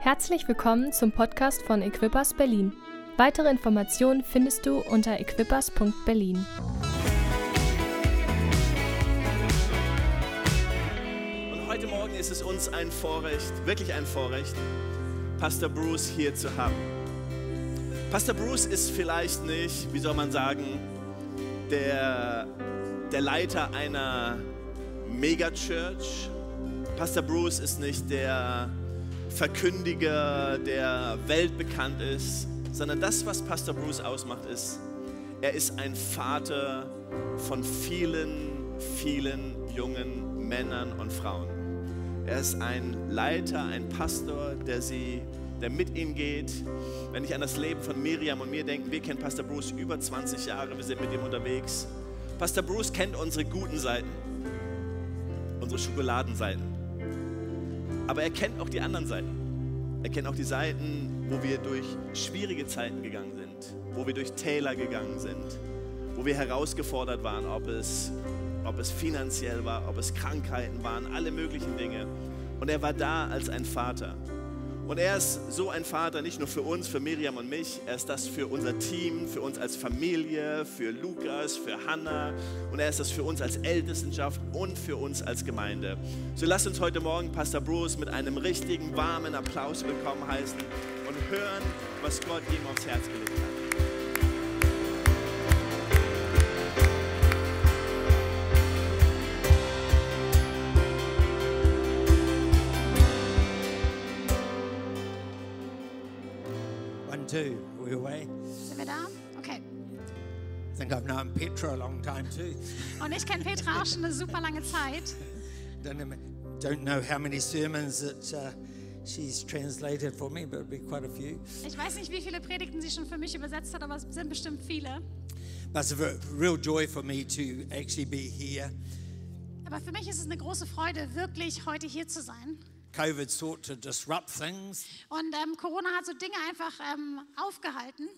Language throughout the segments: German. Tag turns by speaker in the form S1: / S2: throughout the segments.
S1: Herzlich willkommen zum Podcast von Equippers Berlin. Weitere Informationen findest du unter equippers.berlin.
S2: Und heute Morgen ist es uns ein Vorrecht, wirklich ein Vorrecht, Pastor Bruce hier zu haben. Pastor Bruce ist vielleicht nicht, wie soll man sagen, der, der Leiter einer Megachurch. Pastor Bruce ist nicht der Verkündiger, der weltbekannt ist, sondern das, was Pastor Bruce ausmacht, ist, er ist ein Vater von vielen, vielen jungen Männern und Frauen. Er ist ein Leiter, ein Pastor, der sie, der mit ihnen geht. Wenn ich an das Leben von Miriam und mir denke, wir kennen Pastor Bruce über 20 Jahre, wir sind mit ihm unterwegs. Pastor Bruce kennt unsere guten Seiten, unsere Schokoladenseiten. Aber er kennt auch die anderen Seiten. Er kennt auch die Seiten, wo wir durch schwierige Zeiten gegangen sind, wo wir durch Täler gegangen sind, wo wir herausgefordert waren, ob es, ob es finanziell war, ob es Krankheiten waren, alle möglichen Dinge. Und er war da als ein Vater. Und er ist so ein Vater, nicht nur für uns, für Miriam und mich, er ist das für unser Team, für uns als Familie, für Lukas, für Hannah und er ist das für uns als Ältestenschaft und für uns als Gemeinde. So lasst uns heute Morgen Pastor Bruce mit einem richtigen, warmen Applaus willkommen heißen und hören, was Gott ihm aufs Herz gelegt hat.
S3: One, two, we away.
S4: Sind wir da? Okay.
S3: I think I've known Petra a long time too.
S4: Und ich kenne Petra auch schon eine super lange Zeit.
S3: Don't, know- don't know how many sermons that uh, she's translated for me, but it'll be quite a few.
S4: Ich weiß nicht, wie viele Predigten sie schon für mich übersetzt hat, aber es sind bestimmt viele.
S3: But it's a ver- real joy for me to actually be here.
S4: Aber für mich ist es eine große Freude, wirklich heute hier zu sein.
S3: COVID sought to disrupt things.
S4: Und ähm, Corona hat so Dinge einfach ähm, aufgehalten.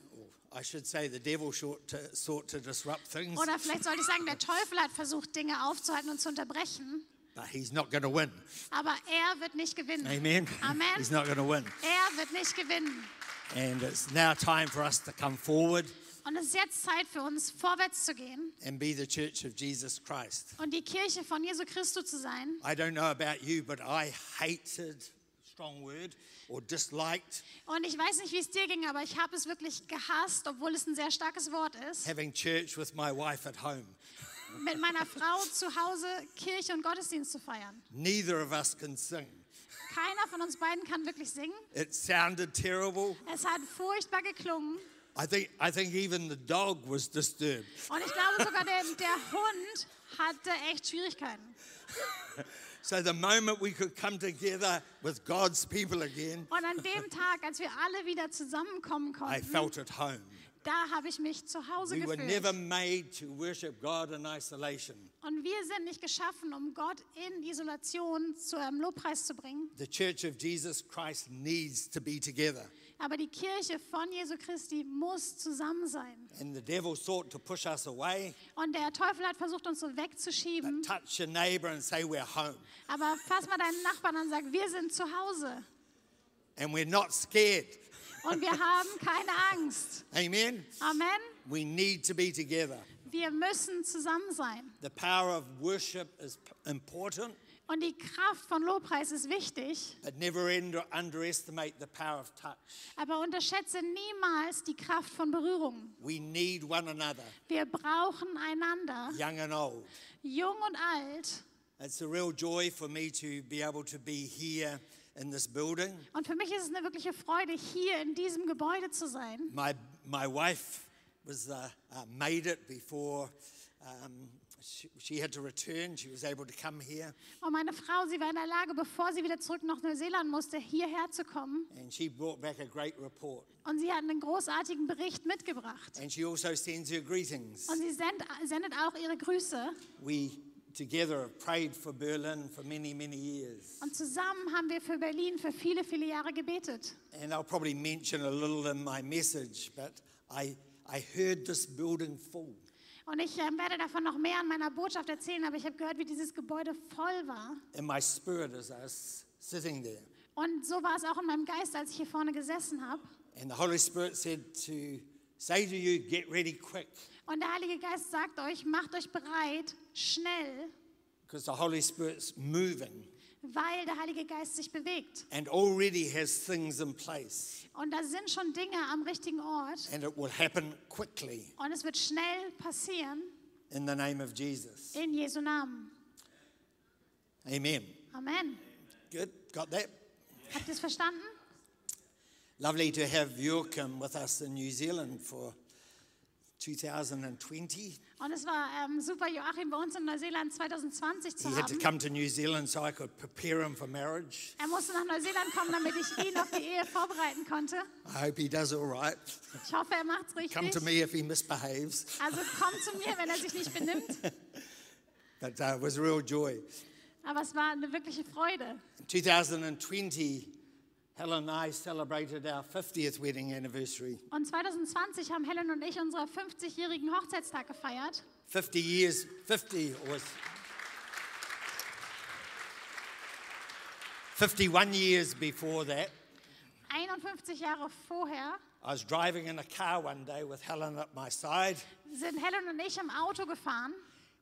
S3: I should say the devil sought to, sought to disrupt things,
S4: Oder vielleicht sollte ich sagen, der Teufel hat versucht, Dinge aufzuhalten und zu unterbrechen.
S3: but he's not going to win.
S4: Aber er wird nicht gewinnen.
S3: Amen.
S4: Amen.
S3: he's not going to win.
S4: Er wird nicht gewinnen.
S3: And it's now time for us to come forward
S4: Und es ist jetzt Zeit für uns, vorwärts zu gehen
S3: and be the church of Jesus Christ.
S4: und die Kirche von Jesu Christus zu sein.
S3: I don't know about you, but I hated, strong word, or disliked
S4: Und ich weiß nicht, wie es dir ging, aber ich habe es wirklich gehasst, obwohl es ein sehr starkes Wort ist.
S3: having church with my wife at home.
S4: Mit meiner Frau zu Hause Kirche und Gottesdienst zu feiern.
S3: Neither of us can sing.
S4: Keiner von uns beiden kann wirklich singen.
S3: It sounded terrible.
S4: Es hat furchtbar geklungen.
S3: I think, I think even the dog was disturbed.
S4: Und ich glaube sogar, der, der Hund hatte echt Schwierigkeiten.
S3: So the moment we could come together with God's people again,
S4: Und an dem Tag, als wir alle wieder zusammenkommen
S3: I
S4: konnten,
S3: felt at home.
S4: da habe ich mich zu Hause
S3: We were never
S4: gefühlt.
S3: made to worship God in isolation.
S4: Und wir sind nicht geschaffen, um Gott in Isolation zu einem Lobpreis zu bringen.
S3: The church of Jesus Christ needs to be together.
S4: Aber die Kirche von Jesu Christi muss zusammen sein.
S3: And the devil sought to push us away,
S4: Und der Teufel hat versucht, uns so wegzuschieben.
S3: touch your neighbor and say, We're home.
S4: Aber fass mal deinen Nachbarn an und sag, wir sind zu Hause.
S3: and we're not scared.
S4: Und wir haben keine Angst.
S3: Amen.
S4: Amen.
S3: We need to be together.
S4: Wir müssen zusammen sein.
S3: The power of worship is p- important,
S4: Und die Kraft von Lobpreis ist wichtig.
S3: but never under- underestimate the power of touch.
S4: Aber unterschätze niemals die Kraft von Berührung.
S3: We need one another,
S4: Wir brauchen einander,
S3: young and old.
S4: jung und alt.
S3: It's a real joy for me to be able to be here in this building.
S4: Und für mich ist es eine wirkliche Freude, hier in diesem Gebäude zu sein.
S3: My, my wife was uh, uh, made it before um, she, she had to return. She was able to come here,
S4: Und meine Frau, sie war in der Lage, bevor sie wieder zurück nach Neuseeland musste, hierher zu kommen.
S3: and she brought back a great report.
S4: Und sie hat einen großartigen Bericht mitgebracht.
S3: And she also sends her greetings.
S4: Und sie send, sendet auch ihre Grüße.
S3: We together have prayed for Berlin for many, many years.
S4: Und zusammen haben wir für Berlin für viele, viele Jahre gebetet.
S3: And I'll probably mention a little in my message, but I, I heard this building full.
S4: Und ich ähm, werde davon noch mehr in meiner Botschaft erzählen, aber ich habe gehört, wie dieses Gebäude voll war.
S3: In my spirit as I was sitting there,
S4: Und so war es auch in meinem Geist, als ich hier vorne gesessen habe.
S3: And the Holy Spirit said to say to you, get ready quick,
S4: Und der Heilige Geist sagt euch, macht euch bereit, schnell,
S3: because the Holy Spirit's moving
S4: weil der Heilige Geist sich bewegt.
S3: and already has things in place,
S4: Und da sind schon Dinge am richtigen Ort.
S3: and it will happen quickly
S4: Und es wird schnell passieren
S3: in the name of Jesus.
S4: in Jesu Namen.
S3: Amen.
S4: Amen.
S3: Good, got that?
S4: Habt ihr es verstanden?
S3: Lovely to have Joachim with us in New Zealand for 2020.
S4: Und es war ähm, super, Joachim bei uns in Neuseeland 2020 zu
S3: He had to
S4: haben.
S3: come to New Zealand so I could prepare him for marriage.
S4: Er musste nach Neuseeland kommen, damit ich ihn auf die Ehe vorbereiten konnte.
S3: I hope he does all right.
S4: Ich hoffe, er macht's
S3: Come
S4: richtig.
S3: to me if he misbehaves.
S4: Also komm zu mir, wenn er sich nicht benimmt.
S3: But uh, it was a real joy.
S4: Aber es war eine wirkliche Freude.
S3: In 2020, Helen and I celebrated our 50th wedding anniversary.
S4: Und 2020 haben Helen und ich unseren 50-jährigen Hochzeitstag gefeiert.
S3: 50 years, 50 was 51 years before that.
S4: 51 Jahre vorher
S3: I was driving in a car one day with Helen at my side,
S4: sind Helen und ich im Auto gefahren.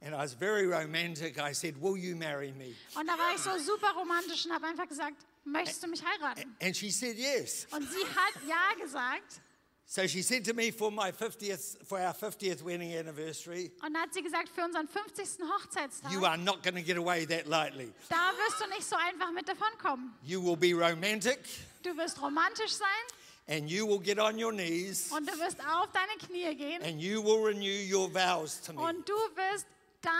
S3: and I was very romantic. I said, Will you marry me?
S4: Und da war ich so super romantisch und habe einfach gesagt, möchtest du mich heiraten?
S3: And she said, Yes.
S4: Und sie hat ja gesagt.
S3: So she said to me for my 50th, for our 50th wedding anniversary,
S4: Und da hat sie gesagt, für unseren 50. Hochzeitstag,
S3: You are not going to get away that lightly.
S4: da wirst du nicht so einfach mit davonkommen.
S3: You will be romantic
S4: Du wirst romantisch sein
S3: and you will get on your knees
S4: und du wirst auf deine Knie gehen
S3: and you will renew your vows to me.
S4: und du wirst dein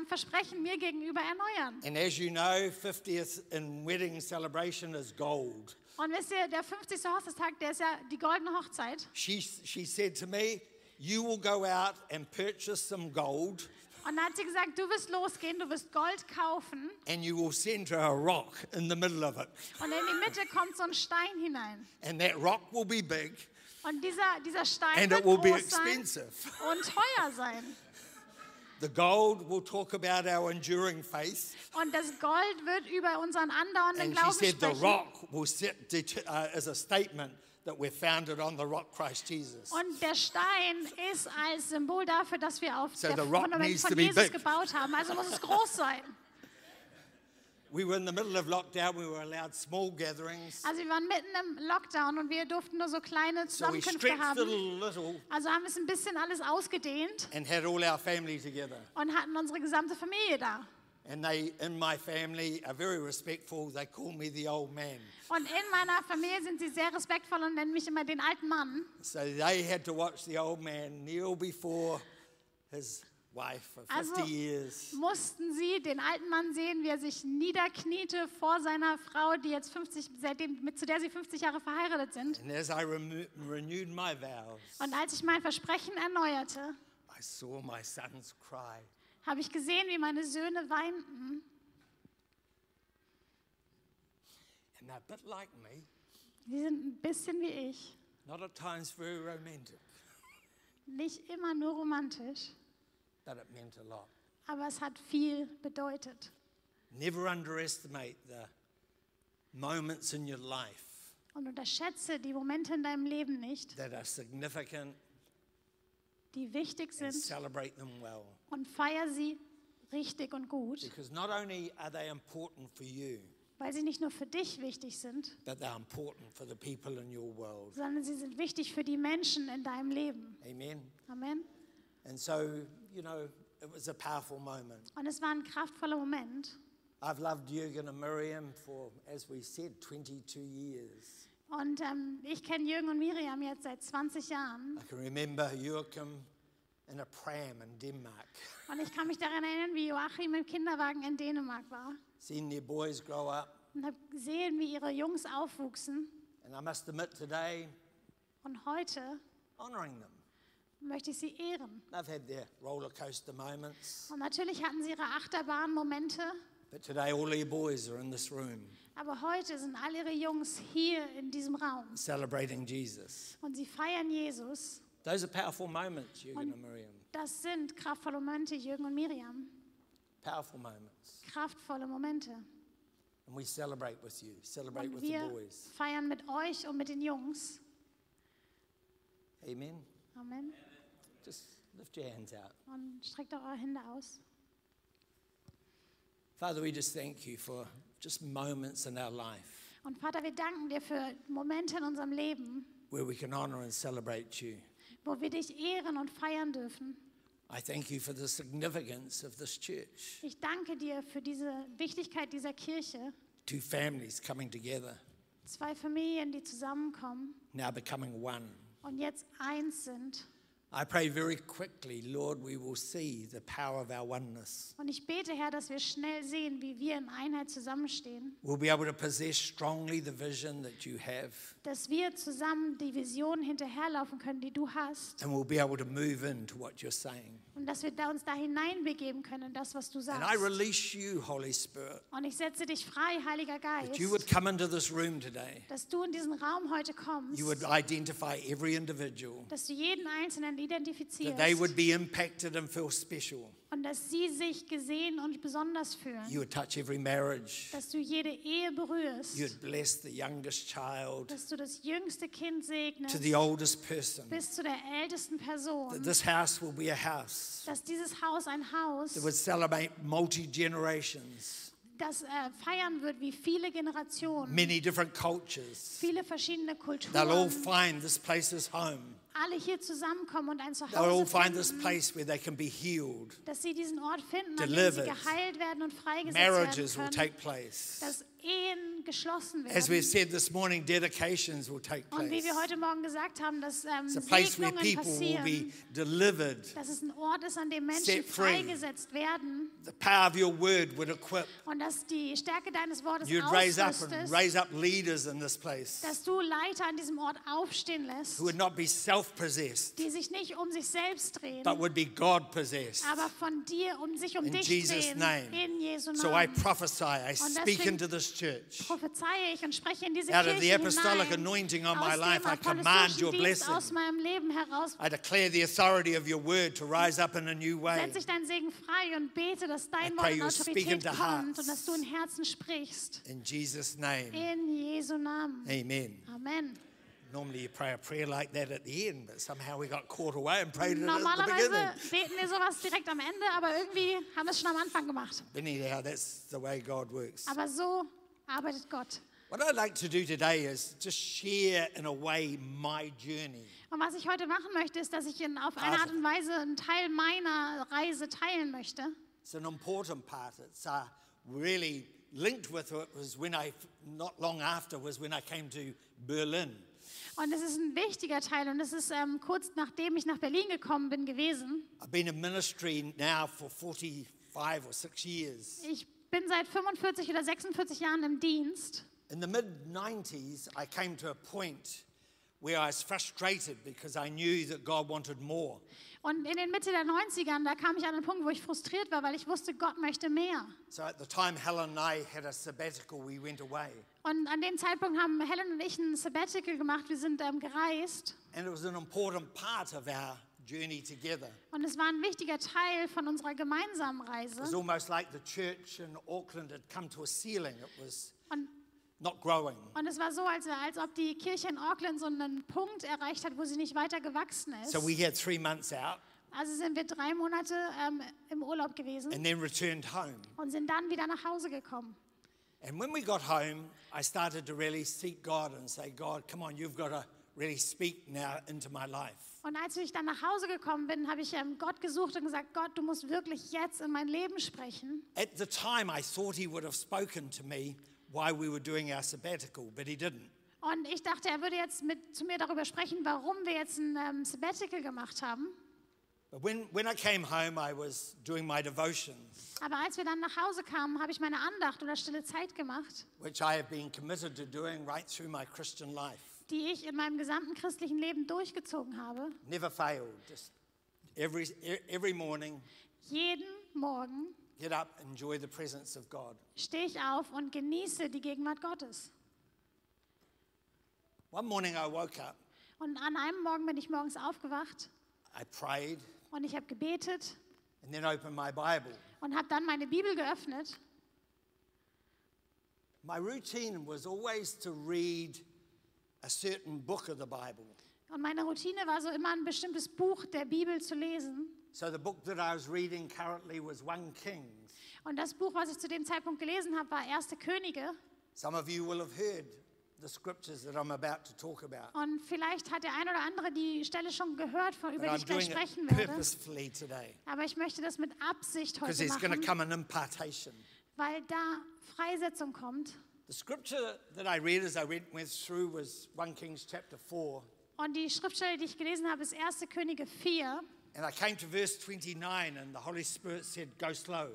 S4: ähm, Versprechen mir gegenüber erneuern.
S3: And as you know, 50th in wedding celebration is gold.
S4: Und wisst ihr, der 50. Hochzeitstag, der ist ja die goldene Hochzeit.
S3: She, she said to me, You will go out and purchase some gold
S4: Und da hat sie gesagt, du wirst losgehen, du wirst Gold kaufen
S3: and you will send her a rock in the middle of it.
S4: und in die Mitte kommt so ein Stein hinein.
S3: And that rock will be big
S4: Und dieser, dieser Stein
S3: and
S4: wird
S3: it will be
S4: groß sein
S3: expensive.
S4: und teuer sein.
S3: The gold will talk about our enduring faith.
S4: Und das Gold wird über unseren andauernden
S3: And she
S4: Glauben
S3: said, The
S4: sprechen.
S3: rock will sit, det- uh, is a statement that we're founded on the rock Christ Jesus.
S4: Und der Stein ist als Symbol dafür, dass wir auf
S3: So
S4: der
S3: the rock
S4: Fundament
S3: needs
S4: von
S3: to be
S4: Jesus
S3: big.
S4: gebaut haben. Also muss es groß sein.
S3: We were in the middle of lockdown, we were allowed small gatherings.
S4: Also wir waren mitten im Lockdown und wir durften nur so kleine
S3: So we
S4: Zusammenkünfte
S3: stretched it a
S4: haben.
S3: little
S4: Also haben wir es ein bisschen alles ausgedehnt
S3: and had all our family together.
S4: und hatten unsere gesamte Familie da.
S3: And they, in my family, are very respectful. They call me the old man.
S4: Und in meiner Familie sind sie sehr respektvoll und nennen mich immer den alten Mann.
S3: So they had to watch the old man kneel before his wife for 50
S4: Also-
S3: years.
S4: Mussten sie den alten Mann sehen, wie er sich niederkniete vor seiner Frau, die jetzt 50, seitdem, mit, zu der sie 50 Jahre verheiratet sind.
S3: And as I remo- renewed my vows,
S4: Und als ich mein Versprechen erneuerte,
S3: I saw my sons cry.
S4: habe ich gesehen, wie meine Söhne weinten.
S3: And they're a bit like me,
S4: Die sind ein bisschen wie ich.
S3: not at times very romantic,
S4: Nicht immer nur romantisch,
S3: but it meant a lot.
S4: aber es hat viel bedeutet.
S3: Never underestimate the moments in your life
S4: Und unterschätze die Momente in deinem Leben nicht,
S3: that are significant
S4: die wichtig
S3: and
S4: sind
S3: celebrate them well.
S4: und feier sie richtig und gut,
S3: Because not only are they important for you,
S4: weil sie nicht nur für dich wichtig sind,
S3: but they're important for the people in your world.
S4: sondern sie sind wichtig für die Menschen in deinem Leben.
S3: Amen.
S4: Amen.
S3: And so, you know, it was a powerful moment.
S4: Und es war ein kraftvoller Moment.
S3: I've loved Jürgen and Miriam for, as we said, 22 years.
S4: Und ähm, ich kenne Jürgen und Miriam jetzt seit 20 Jahren.
S3: I can remember Joachim in a pram in Denmark,
S4: Und ich kann mich daran erinnern, wie Joachim im Kinderwagen in Dänemark war.
S3: seeing their boys grow up.
S4: und habe gesehen, wie ihre Jungs aufwuchsen.
S3: And I must admit today,
S4: Und heute
S3: honouring them.
S4: möchte ich sie ehren.
S3: They've had their roller coaster moments,
S4: Und natürlich hatten sie ihre Achterbahnmomente,
S3: but today all their boys are in this room
S4: aber heute sind all ihre Jungs hier in diesem Raum
S3: celebrating Jesus.
S4: und sie feiern Jesus.
S3: Those are powerful moments, Jürgen and Miriam.
S4: Das sind kraftvolle Momente, Jürgen und Miriam.
S3: Powerful moments.
S4: Kraftvolle Momente.
S3: and we celebrate with you, celebrate
S4: Und
S3: with the
S4: wir
S3: boys.
S4: feiern mit euch und mit den Jungs.
S3: Amen.
S4: Amen.
S3: Just lift your hands out.
S4: Und streckt auch eure Hände aus.
S3: Father, we just thank you for just moments in our life
S4: Und Vater, wir danken dir für Momente in unserem Leben,
S3: where we can honor and celebrate you.
S4: wo wir dich ehren und feiern dürfen.
S3: I thank you for the significance of this church,
S4: Ich danke dir für diese Wichtigkeit dieser Kirche.
S3: two families coming together,
S4: Zwei Familien, die zusammenkommen
S3: now becoming one.
S4: und jetzt eins sind.
S3: I pray very quickly, Lord, we will see the power of our oneness.
S4: Und ich bete, Herr, dass wir schnell sehen, wie wir in Einheit zusammenstehen.
S3: We'll be able to possess strongly the vision that you have,
S4: Dass wir zusammen die Vision hinterherlaufen können, die du hast.
S3: and we'll be able to move into what you're saying.
S4: Und dass wir da uns da hineinbegeben können in das, was du
S3: And I
S4: sagst.
S3: release you, Holy Spirit,
S4: Und ich setze dich frei, Heiliger
S3: that you would
S4: Geist,
S3: come into this room today.
S4: dass du in diesen Raum heute
S3: You would
S4: kommst.
S3: identify every individual,
S4: Dass du jeden Einzelnen
S3: that they would
S4: identifizierst.
S3: be impacted and feel special.
S4: Und dass sie sich gesehen und besonders fühlen.
S3: You would touch every marriage.
S4: dass du jede Ehe
S3: You
S4: berührst,
S3: would bless the youngest child
S4: dass du das jüngste Kind
S3: to
S4: segnest,
S3: the oldest person.
S4: bis zu der ältesten
S3: That
S4: Person,
S3: this house will be a house
S4: dass dieses Haus ein
S3: that
S4: Haus,
S3: would celebrate multi generations,
S4: das äh, feiern wird wie viele Generationen,
S3: many different cultures.
S4: viele verschiedene
S3: They'll all
S4: Kulturen,
S3: find this place as home.
S4: alle hier zusammenkommen und ein
S3: They'll all
S4: Zuhause
S3: find this
S4: finden,
S3: place where they can be healed.
S4: dass sie diesen Ort finden, an dem sie
S3: Delivered.
S4: geheilt werden und freigesetzt
S3: Marriages will
S4: werden können,
S3: take place.
S4: dass Ehen geschlossen
S3: As we've
S4: werden.
S3: said this morning, dedications will take
S4: Und wie
S3: place.
S4: wir heute Morgen gesagt haben, dass ähm,
S3: It's a place where
S4: Segnungen
S3: people will be
S4: passieren,
S3: delivered.
S4: dass es ein Ort ist, an dem
S3: set
S4: Menschen
S3: free.
S4: freigesetzt werden.
S3: The power of your word would equip.
S4: Und dass die Stärke deines Wortes
S3: You'd raise up and
S4: ausrüstest,
S3: raise up leaders in this place
S4: dass du Leiter an diesem Ort aufstehen lässt,
S3: who would not be self possessed,
S4: die sich nicht um sich selbst drehen,
S3: but would be God possessed.
S4: aber von dir, um sich um
S3: In
S4: dich
S3: Jesus'
S4: drehen.
S3: name.
S4: In Jesu
S3: So I
S4: Namen.
S3: prophesy, I speak
S4: deswegen
S3: into this church.
S4: prophezeie ich und spreche in diese
S3: Out of
S4: Kirche
S3: the apostolic
S4: hinein.
S3: anointing on
S4: aus
S3: my
S4: dem
S3: life, I command your
S4: apostolischen Dienst
S3: blessing.
S4: aus meinem Leben heraus
S3: I declare the authority of your word to rise up in a new way.
S4: setze ich deinen Segen frei und bete, dass
S3: I
S4: dein
S3: pray
S4: Wort in
S3: you speak
S4: Autorität
S3: into
S4: kommt
S3: hearts.
S4: und dass du in Herzen sprichst.
S3: In Jesus' name,
S4: In Jesu Namen.
S3: amen.
S4: Amen.
S3: Normally you pray a prayer like that at the end, but somehow we got caught away and prayed it at the beginning.
S4: Normalerweise beten wir sowas direkt am Ende, aber irgendwie haben wir es schon am Anfang gemacht.
S3: But anyhow, that's the way God works.
S4: Aber so arbeitet Gott.
S3: What I'd like to do today is just share, in a way, my journey.
S4: Und was ich heute machen möchte, ist, dass ich Ihnen auf eine Art und Weise einen Teil meiner Reise teilen möchte.
S3: It's an important part. It's uh, really linked with it was when I, not long after, was when I came to Berlin.
S4: Und es ist ein wichtiger Teil und es ist ähm, kurz nachdem ich nach Berlin gekommen bin gewesen.
S3: I've been in ministry now for 45 or 6 years.
S4: Ich bin seit 45 oder 46 Jahren im Dienst.
S3: In the mid 90s, I came to a point where I was frustrated because I knew that God wanted more.
S4: Und in den Mitte der 90ern, da kam ich an einen Punkt, wo ich frustriert war, weil ich wusste, Gott möchte mehr.
S3: So at the time, Helen and I had a sabbatical, we went away.
S4: Und an dem Zeitpunkt haben Helen und ich ein Sabbatical gemacht. Wir sind ähm, gereist.
S3: And it was an important part of our journey together.
S4: Und es war ein wichtiger Teil von unserer gemeinsamen
S3: It was
S4: Reise.
S3: almost like the church in Auckland had come to a ceiling. It was
S4: Und,
S3: not growing.
S4: und es war so, als, als ob die Kirche in Auckland so einen Punkt erreicht hat, wo sie nicht weiter gewachsen ist.
S3: So we had three months out
S4: Also sind wir drei Monate ähm, im Urlaub gewesen
S3: and then returned home.
S4: und sind dann wieder nach Hause gekommen.
S3: And when we got home, I started to really seek God and say, God, come on, you've got to really speak now into my life.
S4: Und als ich dann nach Hause gekommen bin, habe ich ähm, Gott gesucht und gesagt, Gott, du musst wirklich jetzt in mein Leben sprechen.
S3: At the time, I thought He would have spoken to me while we were doing our sabbatical, but He didn't.
S4: Und ich dachte, er würde jetzt mit, zu mir darüber sprechen, warum wir jetzt ein ähm, Sabbatical gemacht haben.
S3: But when, when I came home, I was doing my devotions,
S4: Aber als wir dann nach Hause kamen, habe ich meine Andacht oder stille Zeit gemacht,
S3: which I have been committed to doing right through my Christian life.
S4: die ich in meinem gesamten christlichen Leben durchgezogen habe.
S3: never failed. Just every e- every morning,
S4: Jeden Morgen
S3: get up, enjoy the presence of God.
S4: stehe ich auf und genieße die Gegenwart Gottes.
S3: One morning I woke up,
S4: Und an einem Morgen bin ich morgens aufgewacht
S3: I prayed,
S4: und ich habe gebetet
S3: and then opened my Bible.
S4: und habe dann meine Bibel geöffnet.
S3: my routine was always to read a certain book of the Bible.
S4: Und meine Routine war so immer ein bestimmtes Buch der Bibel zu lesen.
S3: So the book that I was reading currently was 1 Kings.
S4: Und das Buch, was ich zu dem Zeitpunkt gelesen habe, war Erste Könige.
S3: Some of you will have heard the scriptures that I'm about to talk about.
S4: Und vielleicht hat der ein oder andere die Stelle schon gehört, von- über
S3: But
S4: die
S3: I'm
S4: ich gleich
S3: doing
S4: sprechen
S3: it
S4: werde.
S3: purposefully today
S4: Aber ich möchte das mit Absicht
S3: because
S4: heute
S3: there's going to
S4: machen,
S3: come an impartation.
S4: weil da Freisetzung kommt.
S3: The scripture that I read as I went, went through was 1 Kings chapter 4,
S4: Und die Schriftstelle, die ich gelesen habe, ist 1. Könige 4.
S3: and I came to verse 29, and the Holy Spirit said, Go slow.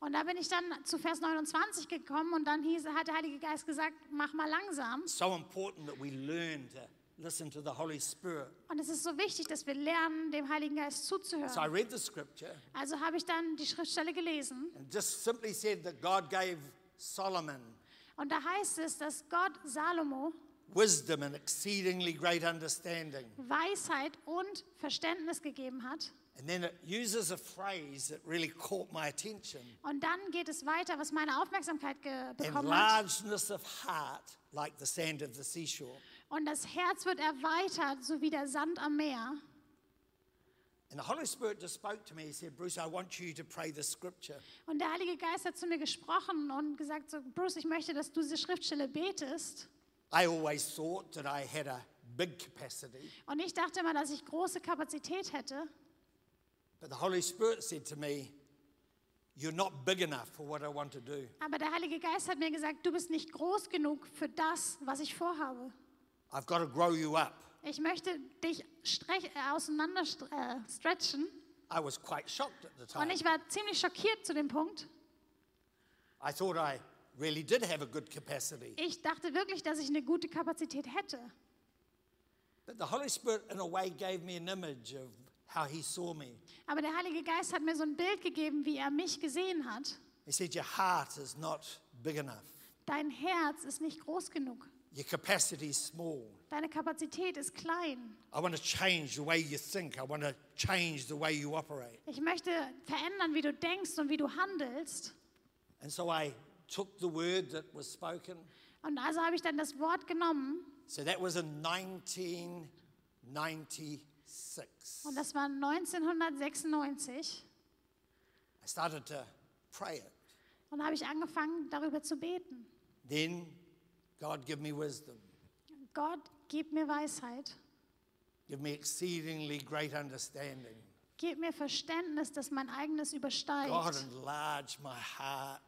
S4: Und da bin ich dann zu Vers 29 gekommen und dann hieß, hat der Heilige Geist gesagt, mach mal langsam.
S3: It's so important that we learn to listen to the Holy Spirit.
S4: Und es ist so wichtig, dass wir lernen, dem Heiligen Geist
S3: So I
S4: zuzuhören.
S3: read the scripture
S4: Also habe ich dann die Schriftstelle gelesen
S3: and just simply said that God gave Solomon
S4: und da heißt es, dass Gott Salomo
S3: wisdom and exceedingly great understanding.
S4: Weisheit und Verständnis gegeben hat.
S3: And then it uses a phrase that really caught my attention
S4: Und dann geht es weiter, was meine Aufmerksamkeit ge-
S3: and
S4: bekommen hat.
S3: largeness of heart like the sand of the seashore.
S4: Und das Herz wird erweitert, so wie der Sand am Meer.
S3: And the Holy Spirit just spoke to me. He said, Bruce, I want you to pray this scripture.
S4: Und der Heilige Geist hat zu mir gesprochen und gesagt, so, Bruce, ich möchte, dass du diese Schriftstelle betest.
S3: I always thought that I had a big capacity,
S4: Und ich dachte immer, dass ich große Kapazität hätte.
S3: but the Holy Spirit said to me, You're not big enough for what I want to do.
S4: Aber der Heilige Geist hat mir gesagt, du bist nicht groß genug für das, was ich vorhabe.
S3: I've got to grow you up.
S4: Ich möchte dich strech, äh, auseinander stre- äh, stretchen.
S3: I was quite shocked at the
S4: Und
S3: time.
S4: ich war ziemlich schockiert zu dem Punkt.
S3: I thought I really did have a good capacity.
S4: Ich dachte wirklich, dass ich eine gute Kapazität hätte.
S3: But the Holy Spirit, in a way, gave me an image of how He saw me.
S4: Aber der Heilige Geist hat mir so ein Bild gegeben, wie er mich gesehen hat.
S3: He said, Your heart is not big enough,
S4: Dein Herz ist nicht groß genug.
S3: your capacity is small.
S4: Deine Kapazität ist klein.
S3: I want to change the way you think, I want to change the way you operate.
S4: Ich möchte verändern, wie du denkst und wie du handelst.
S3: And so I took the word that was spoken.
S4: Und also habe ich dann das Wort genommen
S3: So that was in 1996.
S4: und das war 1996
S3: I started to pray it.
S4: und da habe ich angefangen, darüber zu beten.
S3: Then God give me wisdom,
S4: Gott, gib mir Weisheit,
S3: give me exceedingly great understanding.
S4: gib mir Verständnis, dass mein eigenes übersteigt.
S3: God enlarge my heart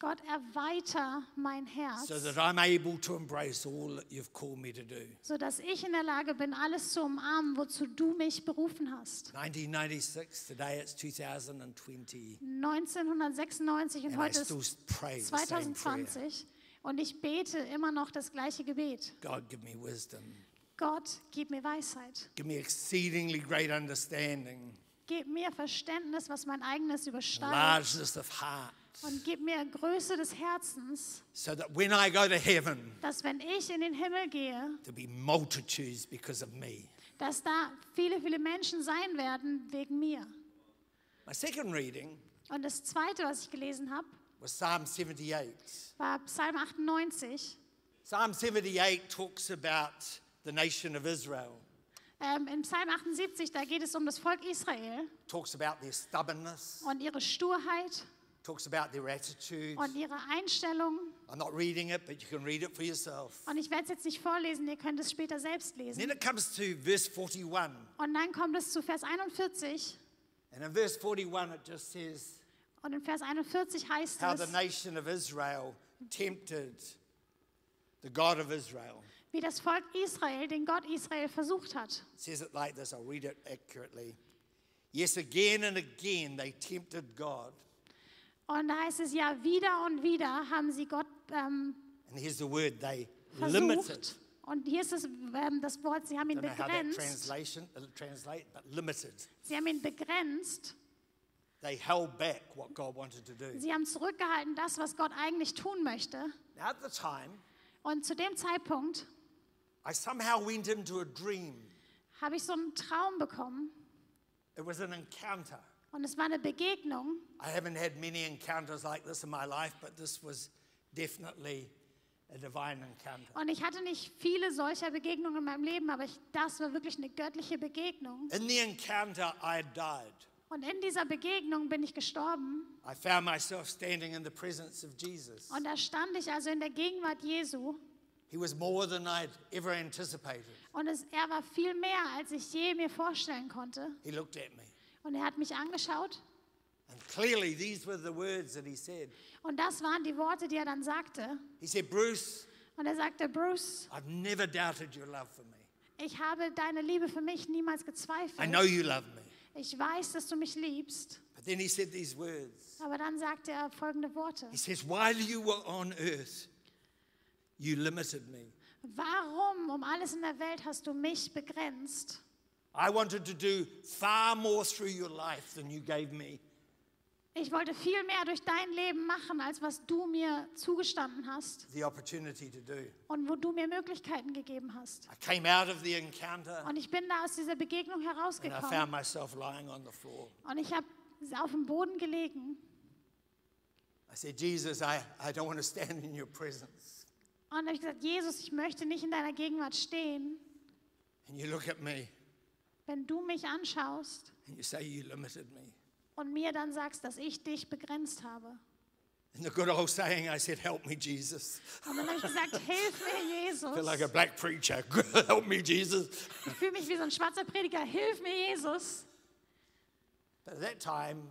S4: Gott, erweiter mein
S3: so
S4: Herz,
S3: that I'm able to embrace all that you've called me to do.
S4: sodass ich in der Lage bin, alles zu umarmen, wozu du mich berufen hast.
S3: 1996, today it's 2020,
S4: 1996 und
S3: and I
S4: heute ist
S3: still pray the same prayer.
S4: 2020 und ich bete immer noch das gleiche Gebet.
S3: God, give me wisdom.
S4: Gott, gib mir Weisheit.
S3: Give me exceedingly great understanding,
S4: Gib mir Verständnis, was mein eigenes übersteigt.
S3: largeness of heart,
S4: Und gib mir Größe des Herzens,
S3: so that when I go to heaven,
S4: dass wenn ich in den Himmel gehe,
S3: there'll be multitudes because of me.
S4: dass da viele, viele Menschen sein werden wegen mir.
S3: My second reading
S4: Und das Zweite, was ich gelesen habe,
S3: was Psalm 78.
S4: war Psalm 98.
S3: Psalm 78 talks about the nation of Israel,
S4: Ähm, in Psalm 78, da geht es um das Volk Israel
S3: talks about their stubbornness,
S4: und ihre Sturheit
S3: talks about their attitude.
S4: und ihre Einstellung.
S3: I'm not reading it, but you can read it for yourself.
S4: Und ich werde es jetzt nicht vorlesen, ihr könnt es später selbst lesen.
S3: Then it comes to verse 41,
S4: Und dann kommt es zu Vers 41.
S3: and in verse 41 it just says
S4: Und in Vers 41 heißt
S3: how the
S4: es,
S3: nation of Israel tempted the God of Israel.
S4: wie das Volk Israel den Gott Israel versucht hat.
S3: It says it like this, I'll read it accurately. Yes, again and again they tempted God.
S4: Und da heißt es ja, wieder und wieder haben sie Gott ähm,
S3: And here's the word they limited.
S4: versucht. Und hier ist es, ähm, das Wort, sie haben ihn
S3: don't know how that
S4: begrenzt.
S3: translation uh, translate, but limited.
S4: Sie haben ihn begrenzt.
S3: They held back what God wanted to do.
S4: Sie haben zurückgehalten das, was Gott eigentlich tun möchte.
S3: Now, at the time,
S4: Und zu dem Zeitpunkt
S3: I somehow went into a dream.
S4: habe ich so einen Traum bekommen.
S3: It was an encounter.
S4: Und es war eine Begegnung.
S3: I haven't had many encounters like this in my life, but this was definitely a divine encounter.
S4: Und ich hatte nicht viele solcher Begegnungen in meinem Leben, aber ich, das war wirklich eine göttliche Begegnung.
S3: In the encounter, I died.
S4: Und in dieser Begegnung bin ich gestorben.
S3: I found myself standing in the presence of Jesus.
S4: Und da stand ich also in der Gegenwart Jesu.
S3: He was more than I'd ever anticipated.
S4: Und es, er war viel mehr, als ich je mir vorstellen konnte.
S3: He looked at me.
S4: Und er hat mich angeschaut.
S3: And clearly, these were the words that he said.
S4: Und das waren die Worte, die er dann sagte.
S3: He said, Bruce,
S4: Und er sagte, Bruce,
S3: I've never doubted your love for me.
S4: ich habe deine Liebe für mich niemals gezweifelt.
S3: I know you love me.
S4: Ich weiß, dass du mich liebst.
S3: But then he said these words.
S4: Aber dann sagte er folgende Worte.
S3: He says, While you were on earth, you limited me.
S4: Warum um alles in der Welt hast du mich begrenzt?
S3: I wanted to do far more through your life than you gave me.
S4: Ich wollte viel mehr durch dein Leben machen, als was du mir zugestanden hast
S3: The opportunity to do.
S4: und wo du mir Möglichkeiten gegeben hast.
S3: I came out of the encounter
S4: Und ich bin da aus dieser Begegnung
S3: and I found
S4: herausgekommen
S3: myself lying on the floor.
S4: und ich habe auf dem Boden gelegen.
S3: I said, Jesus, I, I don't want to stand in your presence.
S4: Und habe ich gesagt, Jesus, ich möchte nicht in deiner Gegenwart stehen.
S3: And you look at me
S4: Wenn du mich anschaust
S3: and you say, You limited me.
S4: und mir dann sagst, dass ich dich begrenzt habe.
S3: And the good old saying, I said, Help me, Jesus.
S4: Und dann habe ich gesagt, hilf
S3: I
S4: mir,
S3: feel like a
S4: Jesus.
S3: black preacher. Help me, Jesus.
S4: Ich fühle mich wie so ein schwarzer Prediger. Hilf mir, Jesus.
S3: But at that time,